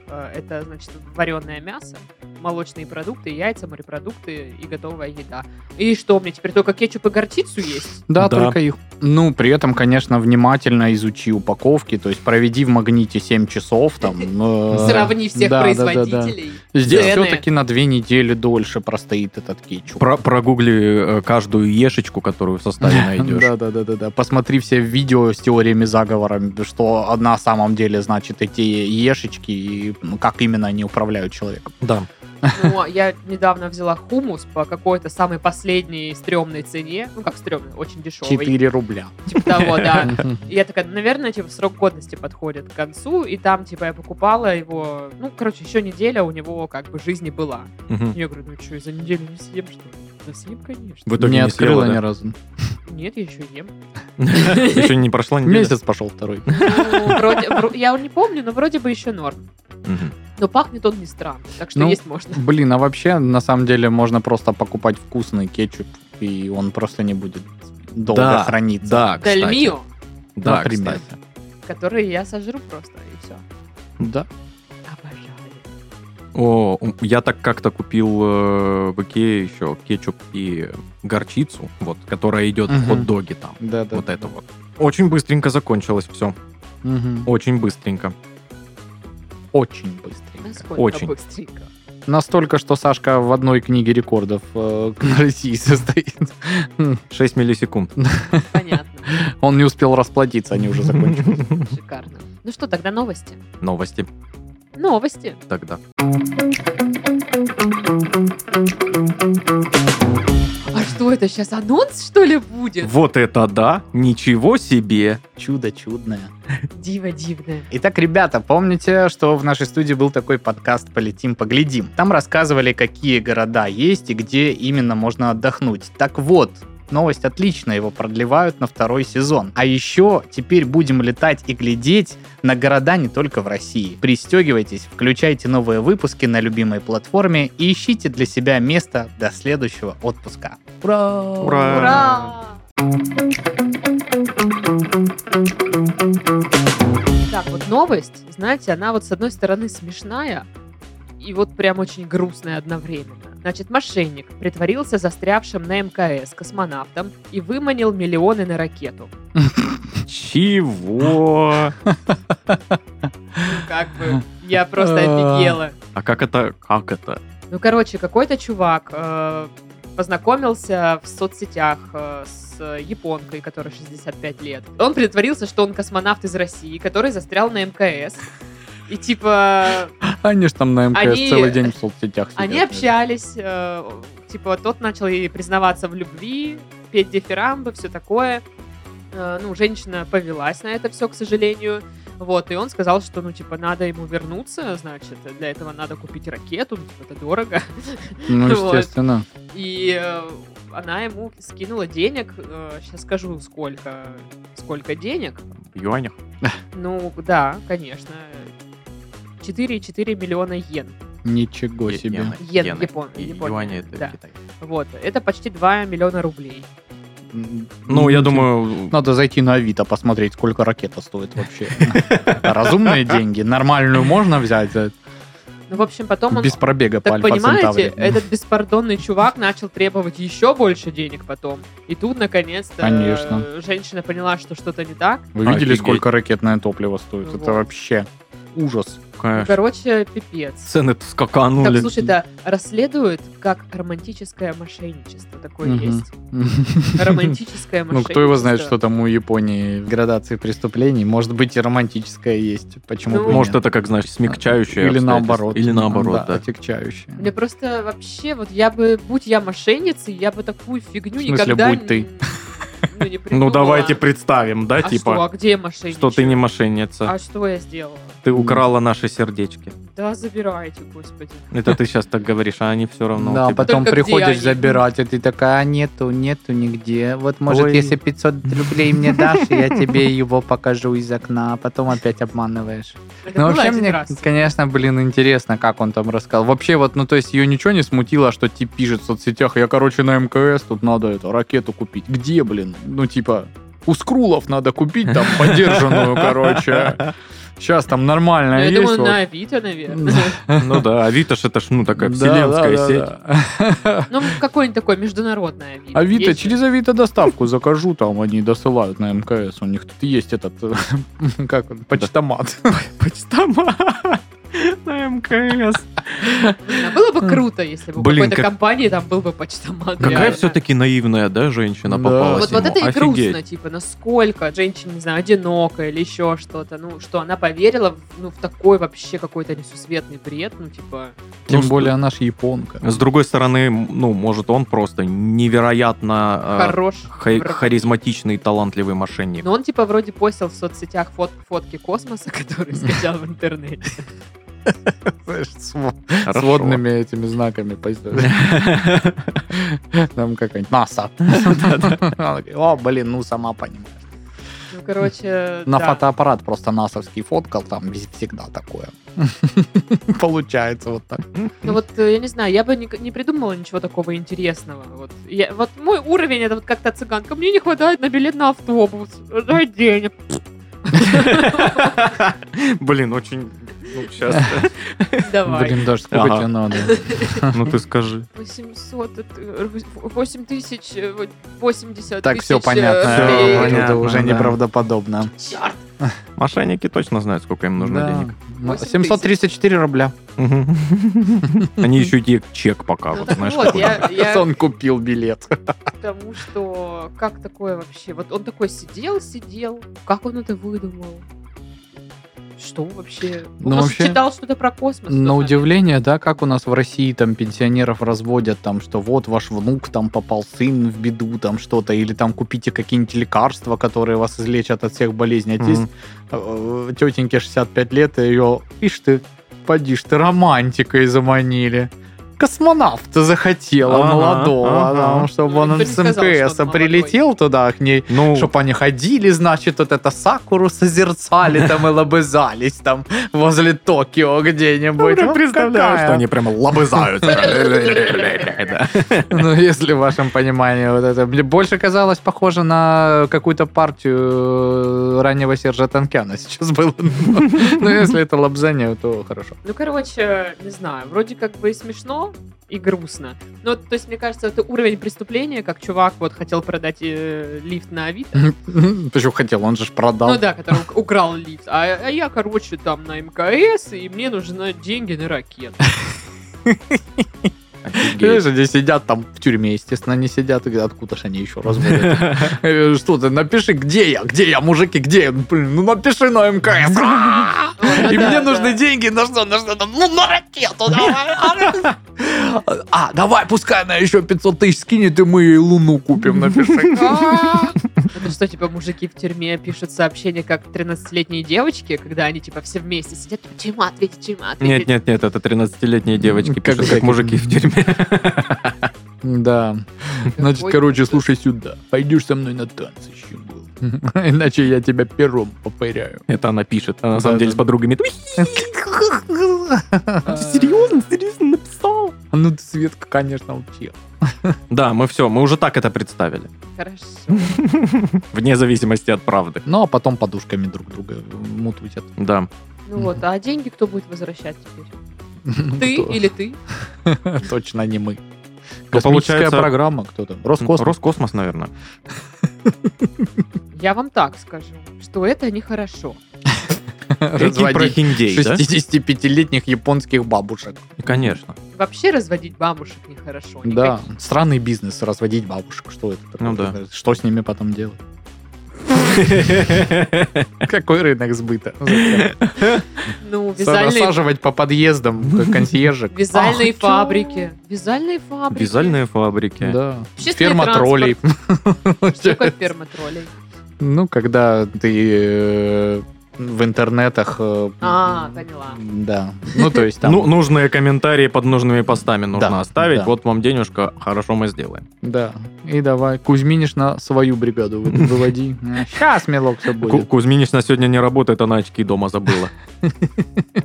A: э, это, значит, вареное мясо, молочные продукты, яйца, морепродукты и готовая еда. И что, мне теперь только кетчуп и горчицу есть?
C: Да,
B: Да.
C: только их. Ну, при этом, конечно, внимательно изучи упаковки, то есть проведи в магните 7 часов там. э,
A: Сравни всех
C: да, да, да, да.
A: производителей.
C: Здесь
A: Цены.
C: все-таки на две недели дольше простоит этот кетчуп.
B: Про- Прогугли э, каждую ешечку, которую в составе найдешь.
C: Да, да, да, да, да. Посмотри все видео с теориями заговора, что на самом деле значит эти ешечки и ну, как именно они управляют человеком.
B: Да.
A: Ну, а я недавно взяла хумус по какой-то самой последней стрёмной цене. Ну, как стрёмной, очень дешевой.
C: 4 рубля.
A: Типа того, да.
C: Мгм.
A: И я такая, наверное, типа срок годности подходит к концу, и там, типа, я покупала его, ну, короче, еще неделя у него как бы жизни была.
B: Мгм.
A: Я говорю, ну что, за неделю не съем, что ли? Да съем, конечно.
B: В итоге
C: Не
B: не
C: открыла
B: съела,
C: ни
B: да?
C: разу.
A: Нет, я еще ем.
B: Еще не прошла неделя.
C: Месяц пошел второй.
A: Ну, вроде- вро- я не помню, но вроде бы еще норм.
B: Мгм.
A: Но пахнет он не странно, так что
C: Ну,
A: есть можно.
C: Блин, а вообще, на самом деле, можно просто покупать вкусный кетчуп, и он просто не будет долго
B: Да,
C: храниться.
B: Да, кстати.
A: Дальмио,
B: Да,
C: Например.
B: кстати.
A: который я сожру просто, и все.
C: Да.
A: Обожаю.
B: О, м, я так как-то купил э, в Икее еще кетчуп и горчицу, вот, которая идет
C: Мгм.
B: в хот-доге там.
C: Да, да.
B: вот это вот. Очень быстренько закончилось все.
C: Мгм.
B: Очень быстренько.
C: Очень быстренько.
A: Насколько
B: Очень.
A: быстренько.
C: Настолько, что Сашка в одной книге рекордов э, России состоит.
B: 6 миллисекунд.
A: Понятно.
C: Он не успел расплатиться, они уже закончили.
A: Шикарно. Ну что, тогда новости.
B: Новости
A: Новости.
B: тогда.
A: А что это сейчас, анонс, что ли, будет?
B: Вот это да! Ничего себе!
C: Чудо чудное.
A: Диво дивное.
C: Итак, ребята, помните, что в нашей студии был такой подкаст «Полетим, поглядим». Там рассказывали, какие города есть и где именно можно отдохнуть. Так вот, Новость отличная, его продлевают на второй сезон. А еще теперь будем летать и глядеть на города не только в России. Пристегивайтесь, включайте новые выпуски на любимой платформе и ищите для себя место до следующего отпуска. Ура!
B: Ура!
A: Ура! Так, вот новость, знаете, она вот с одной стороны смешная и вот прям очень грустная одновременно. Значит, мошенник притворился застрявшим на МКС космонавтом и выманил миллионы на ракету.
B: Чего?
A: Как бы я просто офигела.
B: А как это? Как это?
A: Ну, короче, какой-то чувак э, познакомился в соцсетях э, с японкой, которой 65 лет. Он притворился, что он космонавт из России, который застрял на МКС. И типа
C: Они ж там на МКС
A: Они-
C: целый день в соцсетях сидят.
A: они общались, э, типа тот начал ей признаваться в любви, петь дифирамбы, все такое. Э, Ну, женщина повелась на это все, к сожалению. Вот, и он сказал, что, ну, типа, надо ему вернуться, значит, для этого надо купить ракету, ну, типа, это дорого.
C: Ну,
A: Вот.
C: естественно.
A: И э, она ему скинула денег, сейчас скажу, сколько, сколько денег.
B: В юанях.
A: Ну, да, конечно, 4,4 миллиона йен.
C: Ничего
B: Е-
C: себе.
B: иены.
A: Йен,
B: Иены.
A: Япон-
B: И-
A: Япония,
B: юани это
A: да.
B: Китай.
A: Вот, это почти 2 миллиона рублей.
B: Ну, я думаю,
C: Надо зайти на Авито, посмотреть, сколько ракета стоит вообще. Разумные деньги. Нормальную можно взять за-
A: Ну, в общем, потом он...
C: без пробега по
A: Так понимаете,
C: Альфа-Центавре.
A: этот беспардонный чувак начал требовать еще больше денег потом. И тут, наконец-то,
C: Конечно.
A: э, женщина поняла, что что-то не так.
C: Вы видели,
B: А, Офигеть.
C: сколько ракетное топливо стоит?
A: Вот.
C: Это вообще ужас.
A: Ну,
B: конечно,
A: короче, пипец.
B: цены-то
C: Ну,
A: Так,
B: скаканули.
A: слушай, да, расследуют, как романтическое мошенничество. Такое
C: Мгм.
A: есть. Романтическое
C: Ну,
A: мошенничество.
C: кто его знает, что там у Японии в градации преступлений. Может быть, и романтическое есть. Почему
A: Ну,
C: бы и
B: Может,
C: нет?
B: это как, значит, смягчающее
C: Или
B: обстоятельство.
C: наоборот.
B: Или наоборот, да.
C: отягчающее.
A: Мне просто вообще, вот я бы, будь я мошенницей, я бы такую фигню
C: В смысле,
A: никогда...
C: будь ты?
A: н- Ну, не
B: Ну,
A: придумала.
B: давайте представим, да,
A: А что, а
B: типа,
A: где мошенничество?
B: что ты не мошенница.
A: А что я сделала?
B: Ты украла наши сердечки.
A: Да забирайте, господи.
B: Это ты сейчас так говоришь, а они все равно у
C: Да,
B: тебя.
C: потом
A: Только где
C: приходишь
A: они?
C: забирать, и ты такая, «А, нету, нету нигде. Вот, может,
B: Ой.
C: если...
D: Если 500 рублей мне дашь, я тебе его покажу из окна, а потом опять обманываешь.
A: Это
C: Ну,
A: было
C: вообще,
A: один
C: мне,
A: раз.
C: конечно, блин, интересно, как он там рассказал. Вообще, вот, ну, то есть, ее ничего не смутило, что тип пишет в соцсетях, я, короче, на МКС тут надо эту ракету купить. Где, блин? Ну, типа, у Скрулов надо купить там подержанную, короче. Сейчас там
A: Ну,
C: нормально
A: я
C: есть.
A: думаю,
C: вот.
A: на Авито, наверное.
B: Ну да, Авито ж это ж, ну, такая
C: Да,
B: вселенская
C: да, да,
B: сеть.
C: да.
A: Ну, какой-нибудь такой международный Авито.
C: Авито,
A: Есть
C: А через Авито доставку закажу, там они досылают на МКС. У них тут есть этот, как он, почтомат.
B: Почтомат на МКС.
A: же. Блин, а Было бы круто, если бы у
B: Блин,
A: какой-то
B: как-
A: компании там был бы почтомат.
B: Какая
A: реально.
B: все-таки наивная, да, женщина
C: Да.
B: попалась
A: Вот, вот
B: ему.
A: это и грустно,
B: Офигеть.
A: типа, насколько женщина, не знаю, одинока или еще что-то, ну, что она поверила в, ну, в такой вообще какой-то несусветный бред, ну, типа,
C: Тем
B: Ну,
C: более она ж японка.
B: С другой стороны, ну, может, он просто невероятно э,
A: хорош.
B: ха-
A: враг.
B: харизматичный, и талантливый мошенник.
A: Но он, типа, вроде постил в соцсетях фот- фотки космоса, которые скачал в интернете.
C: Знаешь, с во- с
B: Хорошо.
C: водными этими знаками поезда. Там какая-нибудь НАСА. Она такая, О, блин, ну сама понимаешь.
A: Ну, короче,
C: На
A: да.
C: фотоаппарат просто насовский фоткал, там вез- всегда такое. Получается вот так.
A: Ну вот, э, я не знаю, я бы не, не придумала ничего такого интересного. Вот, я, вот мой уровень, это вот как-то цыганка. Мне не хватает на билет на автобус. Дай денег.
B: Блин, очень... Ну, сейчас...
A: Давай.
C: Блин, даже сколько
B: Ага.
C: тебе надо?
B: Ну, ты скажи.
A: 800, это, э, восемь тысяч, э, вот, 80
C: Так,
A: тысяч. э,
C: все понятно.
B: Всё
A: рублей.
B: понятно.
C: Это уже
B: да.
C: неправдоподобно.
A: Чёрт.
B: Мошенники точно знают, сколько им нужно
C: Да.
B: денег.
C: Ну,
A: 8
C: 734 рубля.
B: Мгм. Они еще и тебе чек
A: Ну,
B: покажут,
A: так
B: А знаешь,
A: вот,
B: какой.
A: я, я
C: Он купил билет.
A: к тому, что как такое вообще? Вот он такой сидел, сидел. Как он это выдумал? Что вообще?
C: Ну,
A: он может,
C: вообще,
A: читал что-то про космос. в тот
C: На
A: момент.
C: удивление, да, как у нас в России там пенсионеров разводят, там, что вот ваш внук там попал, сын в беду, там что-то, или там купите какие-нибудь лекарства, которые вас излечат от всех болезней. А
B: Мгм.
C: здесь э, тетеньке 65 лет, и ее, ишь ты, поди ж ты, романтикой заманили. Космонавта захотела
B: Ага,
C: молодого,
B: ага.
C: там, чтобы
A: Ну,
C: он
A: никто не
C: с
A: сказал, что он
C: МКС
A: молодой.
C: прилетел туда к ней,
B: Ну,
C: Чтоб они ходили, значит, вот это Сакуру созерцали там и лобызались там возле Токио
B: я
C: где-нибудь.
B: Ну, прям
C: Вот
B: представляю,
C: какая.
B: что они прям лобызаются. Да.
C: Ну, если в вашем понимании вот это. Мне больше казалось похоже на какую-то партию э, раннего Сержа Танкяна сейчас было. Ну, если это лобзание, то хорошо.
A: Ну, короче, не знаю, вроде как бы и смешно, и грустно. Ну, то есть, мне кажется, это уровень преступления, как чувак вот хотел продать э, лифт на Авито.
C: Почему хотел, он же ж продал.
A: Ну да, который ук- украл лифт. А, а я, короче, там на МКС, и мне нужны деньги на ракету.
C: Знаешь, они сидят там в тюрьме, естественно, они сидят, и говорят, откуда же они еще разводят. Э, Что ты, напиши, где я, где я, мужики, где я? Блин, ну напиши на ну, МКС.
A: Вот,
C: И
A: да, да.
C: мне нужны деньги на что? На что-то. Ну, на ракету давай. А, давай, пускай она еще 500 тысяч скинет, и мы ей луну купим, напиши.
A: А. Это что, типа, мужики в тюрьме пишут сообщения, как 13-летние девочки, когда они, типа, все вместе сидят, типа, чума ответить, чума ответить.
B: Нет, нет, нет, это 13-летние девочки
C: Ну, Как
B: пишут, как
C: всякие.
B: мужики в тюрьме.
C: Да. Значит,
A: Какой
C: короче,
A: ужас.
C: слушай сюда. Пойдешь со мной на танцы, щегол. Иначе я тебя пером попыряю.
B: Это она пишет. А на
C: Да,
B: самом деле
C: да.
B: с подругами. «Ты
A: А,
B: Серьезно, серьезно написал?
C: Ну, ты, Светка, конечно, вообще.
B: Да, мы все, мы уже так это представили.
A: Хорошо.
B: Вне зависимости от правды.
C: Ну, а потом подушками друг друга мутузят.
B: Да.
A: Ну вот, а деньги кто будет возвращать теперь?
C: Ну,
A: Ты
C: кто?
A: или ты?
C: Точно не мы.
B: Ну,
C: Космическая
B: получается-
C: программа, кто там? Роскосмос.
B: Роскосмос, наверное.
A: Я вам так скажу, что это нехорошо.
B: Эти
C: Разводить
B: прохиндей, да?
C: 65-летних японских бабушек.
B: Конечно.
A: Вообще разводить бабушек нехорошо.
C: Да, странный бизнес разводить бабушек. Что это такое?
B: Ну да.
C: Что с ними потом делать? Какой рынок сбыта?
A: Никак- Ну, вязальные,
C: Рассаживать Ну, по подъездам как консьержек.
A: вязальные
C: А, чё?
A: фабрики. Вязальные фабрики.
B: Вязальные фабрики.
C: Да.
A: Общественный
C: Ферма троллей.
A: Что такое ферма троллей?
C: Ну, когда ты э, в интернетах... э,
A: А, поняла.
C: Да. Ну, то есть там...
B: Ну, нужные комментарии под нужными постами нужно
C: Да,
B: оставить.
C: да.
B: Вот вам денежка, хорошо мы сделаем.
C: Да. И давай, Кузьминиш на свою бригаду вы- выводи. Сейчас, мелок, все
B: Ку-
C: будет.
B: Кузьминична сегодня не работает, она очки дома забыла.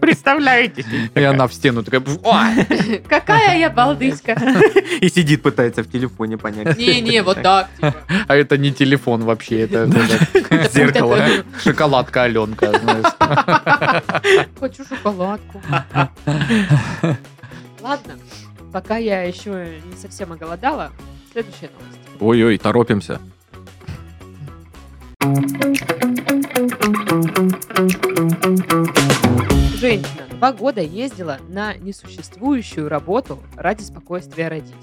E: Представляете?
C: И она в стену такая... «Пф, ой!»
A: Какая я балдычка.
B: И сидит, пытается в телефоне понять.
A: Не-не, вот так. типа.
C: А это не телефон вообще, это
A: Это
C: это
A: будет
C: зеркало.
A: такое,
C: Шоколадка Аленка. знаешь.
A: Хочу шоколадку. Ладно, пока я еще не совсем оголодала, следующая новость.
B: Ой-ой, торопимся.
A: Женщина два года ездила на несуществующую работу ради спокойствия родителей.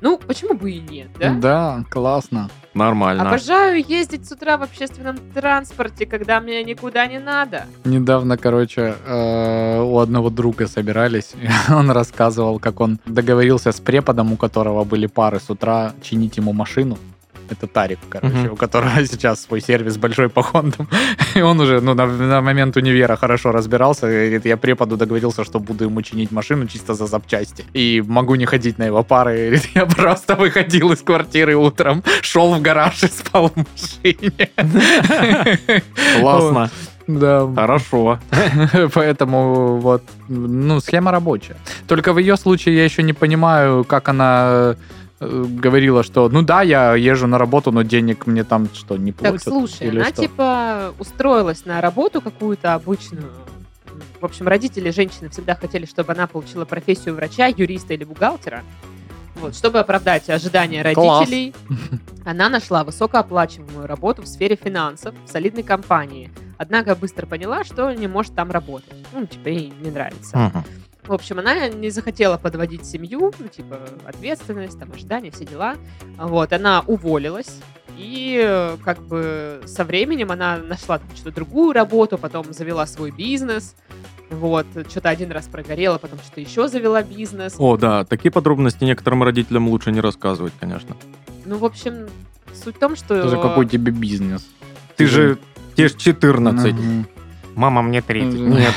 A: Ну, почему бы и нет, да?
C: Да, классно.
B: Нормально.
A: Обожаю ездить с утра в общественном транспорте, когда мне никуда не надо.
C: Недавно, короче, э, у одного друга собирались. и Он рассказывал, как он договорился с преподом, у которого были пары с утра, чинить ему машину. Это Тарик, короче,
B: Мгм.
C: у которого сейчас свой сервис большой по хондам. И он уже ну, на, на момент универа хорошо разбирался. И Говорит, я преподу договорился, что буду ему чинить машину чисто за запчасти. И могу не ходить на его пары. И Говорит, я просто выходил из квартиры утром, шел в гараж и спал в машине.
B: Классно.
C: Да,
B: Хорошо.
C: Поэтому вот, ну, схема рабочая. Только в ее случае я еще не понимаю, как она э, говорила, что, ну да, я езжу на работу, но денег мне там что, не
A: Так,
C: платят?
A: слушай,
C: или
A: она
C: что?
A: типа устроилась на работу какую-то обычную. В общем, родители женщины всегда хотели, чтобы она получила профессию врача, юриста или бухгалтера. Вот, чтобы оправдать ожидания
C: Класс.
A: родителей, она нашла высокооплачиваемую работу в сфере финансов в солидной компании. Однако быстро поняла, что не может там работать. Ну, типа, ей не нравится.
B: Мгм.
A: В общем, она не захотела подводить семью, ну, типа, ответственность, там, ожидания, все дела. Вот, она уволилась. И э, как бы со временем она нашла там что-то другую работу, потом завела свой бизнес. Вот, что-то один раз прогорела, потом что-то еще завела бизнес.
B: О, да, такие подробности некоторым родителям лучше не рассказывать, конечно.
A: Ну, в общем, суть в том, что...
C: Тоже какой тебе бизнес?
B: Ты же, те ж 14.
C: Мгм.
E: Мама, мне 30.
C: Нет.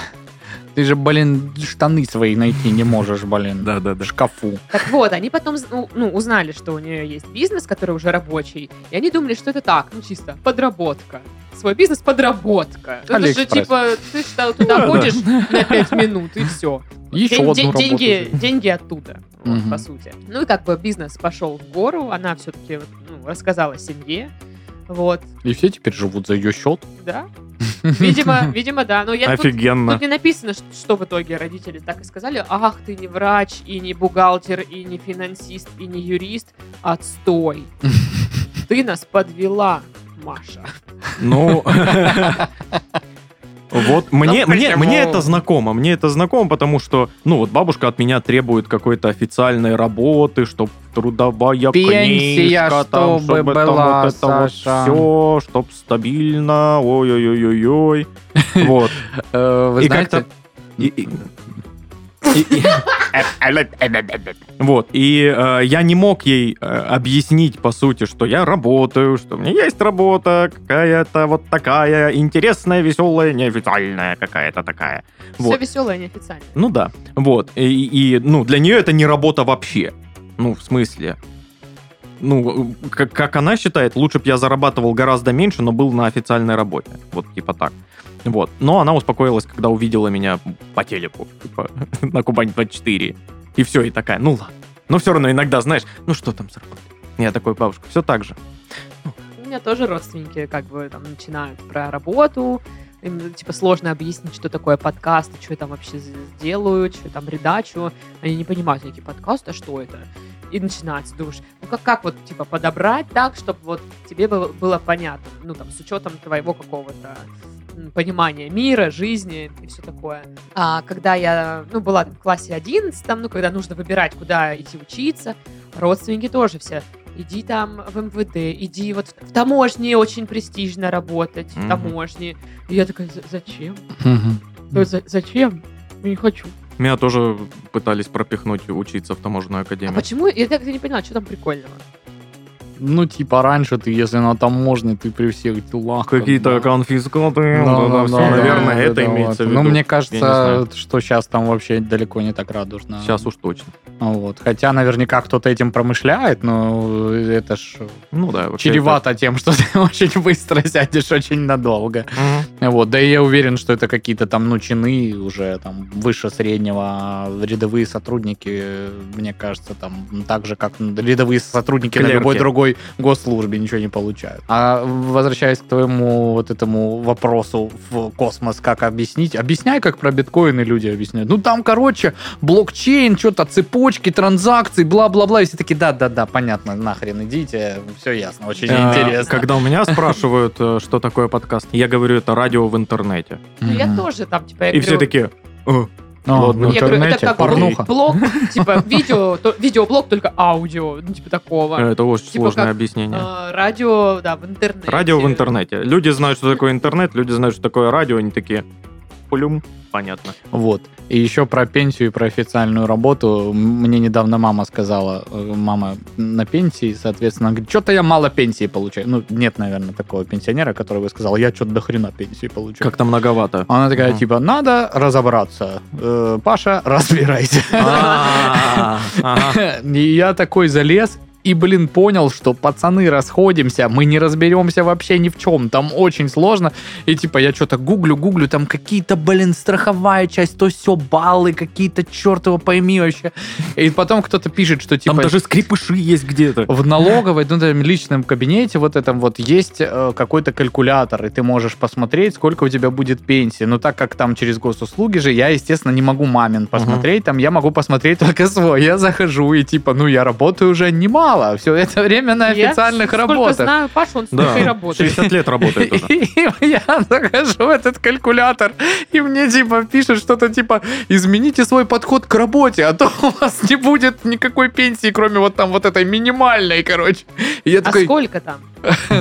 C: Ты же, блин, штаны свои найти не можешь, блин.
B: Да-да-да.
C: В шкафу.
A: Так вот, они потом ну, ну, узнали, что у нее есть бизнес, который уже рабочий, и они думали, что это так, ну чисто, подработка. Свой бизнес подработка. Ну, это же
C: Алиэкспресс.
A: типа, ты что, туда
B: Да-да.
A: ходишь на 5 минут, и все.
C: Еще
A: Ден-
C: одну
A: ден-
C: работу.
A: деньги, деньги оттуда, вот,
C: Мгм.
A: по сути. Ну и как бы бизнес пошел в гору, она все-таки рассказала семье. Вот,
C: И все теперь живут за ее счет.
A: да. Видимо, видимо, да.
C: А
A: Но я тут,
B: Офигенно.
A: тут не написано, что, что в итоге родители так и сказали. Ах, ты не врач, и не бухгалтер, и не финансист, и не юрист. Отстой. Ты нас подвела, Маша.
B: Ну, вот
C: Ну,
B: мне, мне,
E: почему?
B: мне это знакомо, мне это знакомо, потому что, ну, вот бабушка от меня требует какой-то официальной работы, чтоб трудовая
C: Пенсия,
B: книжка, там,
C: чтобы
B: чтобы там
C: была,
B: вот это вот
C: Саша.
B: все, чтоб стабильно, ой-ой-ой-ой-ой. Вот.
C: Э, Вы
B: И
C: знаете,
B: как-то- И- и- и- и- Вот. И э, я не мог ей э, объяснить, по сути, что я работаю, что у меня есть работа, какая-то вот такая интересная, веселая, неофициальная какая-то такая.
A: Все
B: Вот.
A: веселое неофициально.
B: Ну да. Вот. И, и, ну, для нее это не работа вообще. Ну, в смысле. Ну, как, как она считает, лучше бы я зарабатывал гораздо меньше, но был на официальной работе. Вот, типа так. Вот. Но она успокоилась, когда увидела меня по телеку. Типа, на Кубань-24. И все, и такая, ну ладно. Но все равно иногда, знаешь, ну что там с работой? Я такой, бабушка, все так же.
A: У меня тоже родственники как бы там начинают про работу, им, типа, сложно объяснить, что такое подкаст, и что я там вообще з- делаю, что я там редачу. Они не понимают, какие подкасты, а что это. И начинается, думаешь, ну как, как вот, типа, подобрать так, чтобы вот тебе было, было понятно, ну, там, с учетом твоего какого-то м, понимания мира, жизни и все такое. А когда я, ну, была в классе 11, ну, когда нужно выбирать, куда идти учиться, родственники тоже все иди там в МВД, иди вот в таможне очень престижно работать, в
B: Мгм.
A: таможне. И я такая, «За- зачем?
C: мгм.
A: Да за- зачем? Я не хочу.
B: Меня тоже пытались пропихнуть учиться в таможенную
A: А
B: академию.
A: почему? Я так и не поняла, что там прикольного.
C: ну, типа, раньше ты, если на таможне, ты при всех делах... как
B: А Какие-то
C: бы,
B: конфискаты, вот
C: Ну,
B: это
C: ну,
B: всё,
C: ну,
B: наверное,
C: да,
B: это
C: да,
B: имеется
C: вот.
B: в виду.
C: Ну, мне
B: знаю.
C: кажется, что сейчас там вообще далеко не так радужно. Ну,
B: Сейчас уж точно.
C: Вот. Хотя наверняка кто-то этим промышляет, но это ж
B: Ну да, вообще
C: чревато тем, что ты очень быстро сядешь очень надолго.
B: это- Мгм.
C: Вот. Да и я уверен, что это какие-то там, ну, чины уже там выше среднего, а рядовые сотрудники, мне кажется, там так же, как рядовые сотрудники на
B: Клерки.
C: любой другой госслужбе ничего не получают. А возвращаясь к твоему вот этому вопросу в космос, как объяснить? Объясняй, как про биткоины люди объясняют. Ну, там, короче, блокчейн, что-то цепочки, транзакции, бла-бла-бла. И все такие, да-да-да, понятно, нахрен идите, все ясно, очень
B: Э,
C: интересно.
B: Когда у меня спрашивают, э, что такое подкаст, я говорю, это радио в интернете.
A: Ну, я тоже там, типа, я
B: И все
A: говорю,
B: такие, «Э,
C: А,
B: Вот, ну,
C: в
A: я говорю, это
C: интернете
A: как
C: порнуха.
A: блог, типа, видео, то- видеоблог, только аудио, ну, типа такого.
B: это очень
A: Типа
B: сложное
A: как,
B: объяснение.
A: А, Радио, да, в интернете.
B: Радио в интернете. Люди знают, что такое интернет, люди знают, что такое радио, они такие, пулюм, понятно.
C: Вот. И еще про пенсию и про официальную работу. Мне недавно мама сказала, э, мама на пенсии, соответственно, она говорит, что-то я мало пенсии получаю. Ну, нет, наверное, такого пенсионера, который бы сказал, я что-то до хрена пенсии получаю.
B: Как-то многовато.
C: Она такая,
B: Мгм.
C: типа, надо разобраться. Э, Паша, разбирайся.
B: А, ага.
C: И я такой залез и, блин, понял, что пацаны, расходимся, мы не разберемся вообще ни в чем, там очень сложно. И типа я что-то гуглю, гуглю, там какие-то, блин, страховая часть, то все баллы какие-то, черт его пойми вообще. И потом кто-то пишет, что типа...
B: Там даже скрипыши есть где-то.
C: В налоговой, ну, там, личном кабинете вот этом вот есть э, какой-то калькулятор, и ты можешь посмотреть, сколько у тебя будет пенсии. Но так как там через госуслуги же, я, естественно, не могу мамин посмотреть, там я могу посмотреть только свой. Я захожу и типа, ну, я работаю уже немало, все это время на
A: Я
C: официальных
A: сколько
C: работах.
A: знаю Пашу, он столько и
B: Да,
A: работает.
B: 60 лет работает уже.
C: И я захожу в этот калькулятор, и мне типа пишет что-то типа «Измените свой подход к работе, а то у вас не будет никакой пенсии, кроме вот там вот этой минимальной, короче». И я
A: А
C: такой,
A: сколько там?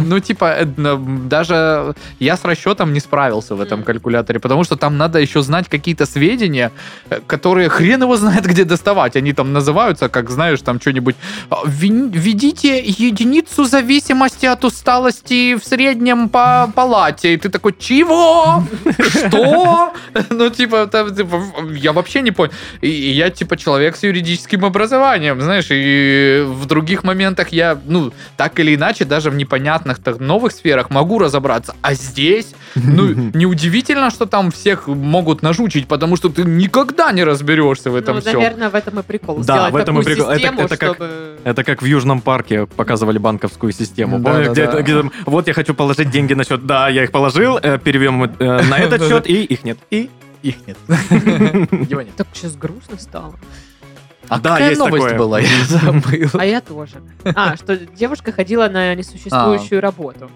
C: ну, типа, э, н- даже я с расчетом не справился в этом
A: Мгм.
C: калькуляторе, потому что там надо еще знать какие-то сведения, э, которые хрен его знает, где доставать. Они там называются, как знаешь, там что-нибудь. а, «Вин- Введите единицу зависимости от усталости в среднем по палате. И ты такой, чего? Что? Ну, типа, там, типа, я вообще не понял. И, и я, типа, человек с юридическим образованием, знаешь, и в других моментах я, ну, так или иначе, даже в непонятных так, новых сферах могу разобраться. А здесь, ну, неудивительно, что там всех могут нажучить, потому что ты никогда не разберешься в этом
A: ну,
C: всем.
A: наверное, в этом и прикол.
B: Да,
A: Сделать
B: в этом и
A: такую
B: прикол. Это-
A: систему,
B: это как- Э,
A: чтобы-
B: Это как в Южном парке показывали банковскую систему.
C: Да,
B: Помню,
C: да,
B: где,
C: да.
B: где там, вот я хочу положить деньги на счет. Да, я их положил, э, перевем э, на этот
C: Да,
B: счет, и их нет.
C: И их нет. Его нет.
A: Так сейчас грустно стало.
C: А
B: Да,
C: какая
B: есть
C: новость
B: такое.
C: была? Я забыл.
A: А я тоже. А, что девушка ходила на несуществующую
B: А.
A: работу.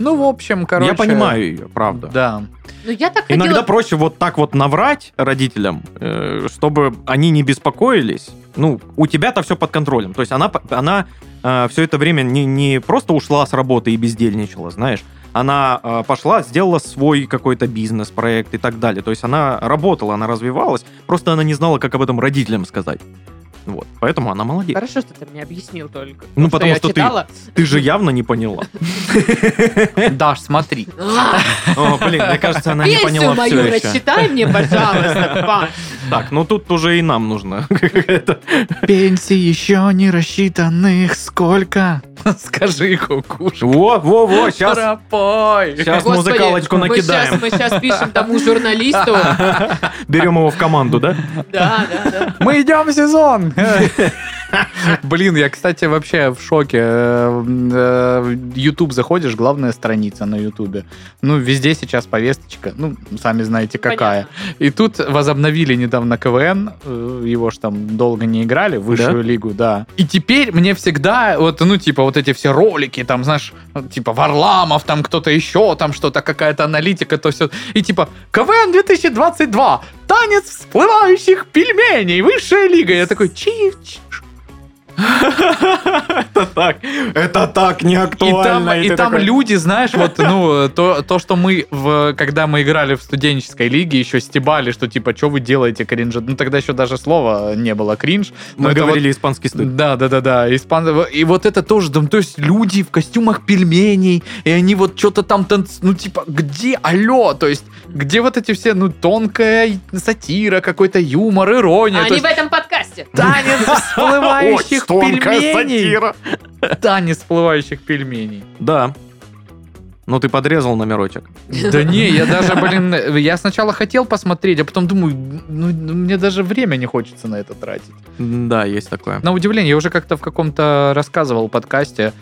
C: Ну, в общем, короче...
B: Я понимаю ее, правда.
C: Да.
A: Ну, я так ходила...
B: Иногда проще вот так вот наврать родителям, э, чтобы они не беспокоились. Ну, у тебя-то все под контролем. э, То есть она, по- она все это время не, не просто ушла с работы и бездельничала, знаешь, она э, пошла, сделала свой какой-то бизнес-проект и так далее. То есть она работала, она развивалась, просто она не знала, как об этом родителям сказать. Вот, поэтому она молодец.
A: Хорошо, что ты мне объяснил только.
B: Ну, потому
A: я
B: что ты-
A: читала.
B: Ты же явно не поняла.
C: Даш, смотри.
A: А,
B: О, блин, мне кажется, она не
A: Пенсию
B: поняла
A: мою
B: все еще.
A: рассчитай мне, пожалуйста, Паш.
B: Так, ну тут уже и нам нужно. какая-то-
C: Пенсии еще не рассчитанных сколько? Скажи, кукушка.
B: Во, во, во, сейчас,
C: Пропой.
B: сейчас
A: Господи,
B: музыкалочку
A: мы щас-
B: накидаем.
A: Мы сейчас пишем тому журналисту. Да,
B: Берем его в команду, да?
A: да, да.
C: Мы идем в сезон! Блин, я, кстати, вообще в шоке. Э, э, YouTube заходишь, главная страница на YouTube. Ну, везде сейчас повесточка. Ну, сами знаете, какая.
A: Понятно.
C: И тут возобновили недавно КВН. э, Его ж там долго не играли, высшую лигу, да. И теперь мне всегда, вот, ну, типа, вот эти все ролики, там, знаешь, ну, типа, Варламов, там кто-то еще, там что-то, какая-то аналитика, то все. И типа, КВН 2022, танец всплывающих пельменей, высшая лига. Я такой, чи чи-
B: Это так, это так не
C: И там,
B: актуально.
C: и там люди, знаешь, вот, ну, то, то, что мы, в, когда мы играли в студенческой лиге, еще стебали, что, типа, что вы делаете кринж? Ну, тогда еще даже слова не было кринж. Но
B: Мы
C: это вот-
B: говорили испанский стыд.
C: Да, да, да, да. Испан... И вот это тоже, там, то есть люди в костюмах пельменей, и они вот что-то там танцуют. Ну, типа, где? Алло! То есть, где вот эти все, ну, тонкая сатира, какой-то юмор, ирония. то
A: Они
C: есть,
A: в этом подкасте.
C: Танец всплывающих пельменей. Танец всплывающих пельменей.
B: Да. Ну ты подрезал номерочек.
C: Да не, я даже, блин, я сначала хотел посмотреть, а потом думаю, ну, ну, мне даже время не хочется на это тратить.
B: Да, есть такое.
C: На удивление, я уже как-то в каком-то рассказывал подкасте,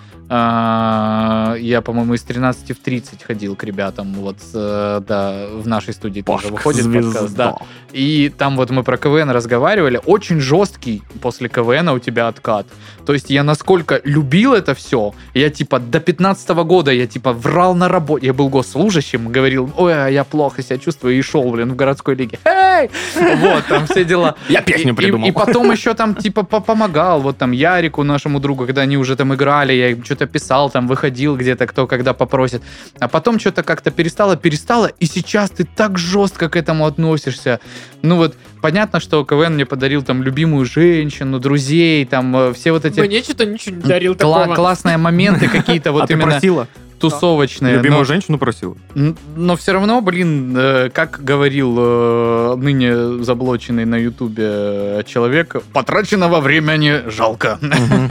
C: а, я, по-моему, из 13 в 30 ходил к ребятам, вот, э, да, в нашей студии тоже выходит подкаст, да. И там вот мы про КВН разговаривали. Очень жесткий после КВН у тебя откат. То есть я насколько любил это все, я типа до 15 года я типа врал на работе. Я был госслужащим, говорил, ой, а я плохо себя чувствую, и шел, блин, в городской лиге. Эй! Вот, там все дела.
B: Я
C: И-
B: песню
C: и-
B: придумал.
C: И, потом еще там, типа, по- помогал, вот там Ярику, нашему другу, когда они уже там играли, я им что-то писал, там выходил где-то, кто когда попросит. А потом что-то как-то перестало, перестало, и сейчас ты так жестко к этому относишься. Ну вот, понятно, что КВН мне подарил там любимую женщину, друзей, там э, все вот эти...
A: Мне что-то ничего не дарил
C: кла-
A: такого.
C: классные моменты какие-то
B: а
C: вот
B: ты
C: именно
B: просила?
C: тусовочные.
B: Любимую
C: но-
B: женщину просила?
C: Н- Но все равно, блин, э, как говорил э, ныне заблоченный на Ютубе э, человек, потраченного времени жалко.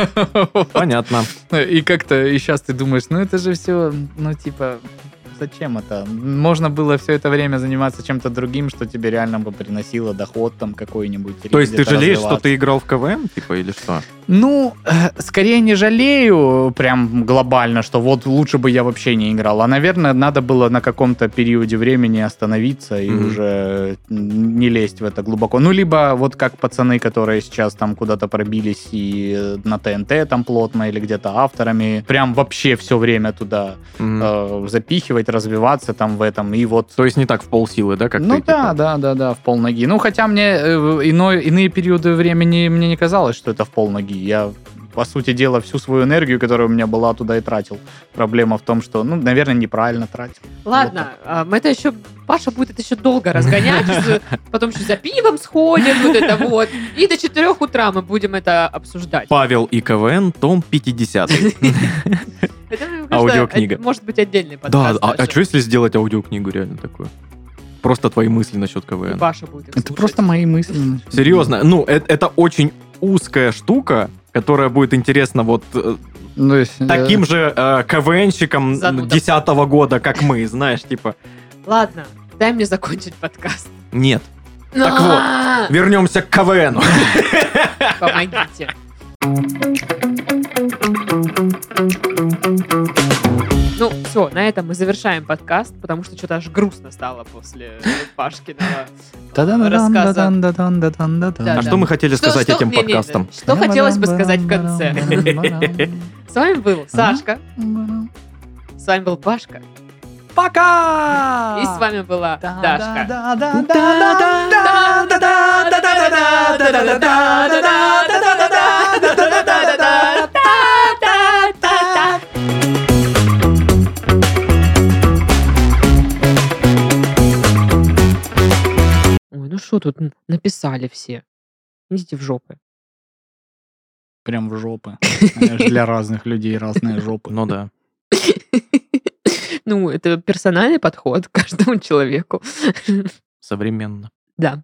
B: Понятно.
C: И как-то и сейчас ты думаешь, ну это же все, ну типа, зачем это? Можно было все это время заниматься чем-то другим, что тебе реально бы приносило доход там какой-нибудь. или
B: То есть ты
C: где-то
B: жалеешь, что
C: развиваться.
B: ты играл в КВН, типа, или что?
C: Ну, э, скорее не жалею прям глобально, что вот лучше бы я вообще не играл. А, наверное, надо было на каком-то периоде времени остановиться и
B: Мгм.
C: уже не лезть в это глубоко. Ну, либо вот как пацаны, которые сейчас там куда-то пробились и э, на ТНТ там плотно или где-то авторами, прям вообще все время туда
B: Мгм.
C: э, запихивать, развиваться там в этом. И вот
B: То есть не так в полсилы, да, как
C: ну
B: ты?
C: да,
B: типа?
C: да, да, да, в пол ноги. Ну хотя мне э, в- иной, иные периоды времени мне не казалось, что это в пол ноги. Я по сути дела всю свою энергию, которая у меня была, туда и тратил. Проблема в том, что, ну, наверное, неправильно тратил.
A: Ладно, а, мы это еще... Паша будет это еще долго разгонять, с- потом еще за пивом сходит, вот это вот. И до 4 утра мы будем это обсуждать.
B: Павел и КВН, том 50.
A: Это, мне кажется,
B: Аудиокнига.
A: это Может быть, отдельный
B: Да,
A: подкаст.
B: а- а
A: даже.
B: что если сделать аудиокнигу реально такую? Просто твои мысли насчет КВН.
A: И Паша будет их
C: Это
A: слушать.
C: просто мои мысли.
B: Серьезно, ну, э- это очень узкая штука, которая будет интересна вот э,
C: Ну, если, э,
B: таким же э, КВНщикам
A: Занудам.
B: 2010 года, как мы, знаешь, типа,
A: Ладно, дай мне закончить подкаст. А!
B: нет. Так вот.
A: А-а-а!
B: Вернемся к КВНу.
A: Помогите. Ну, все, на этом мы завершаем подкаст, потому что что-то аж грустно стало после Пашкиного рассказа.
C: та-дан-дан-дан-дан-дан-дан-дан.
A: Да,
B: А
A: да.
B: что мы хотели
A: Что-
B: сказать
A: что-
B: этим
A: не-не-не,
B: подкастом?
A: Что хотелось бы сказать в конце? С вами был Сашка, с вами был Пашка,
C: Пока!
A: и с вами была Дашка. ну
C: Дашка.
A: тут н- написали все? Идите в жопы.
C: Прям в жопы. Она ж Для разных людей разные жопы.
B: Ну да.
A: Ну, это персональный подход к каждому человеку.
B: Современно.
A: Да.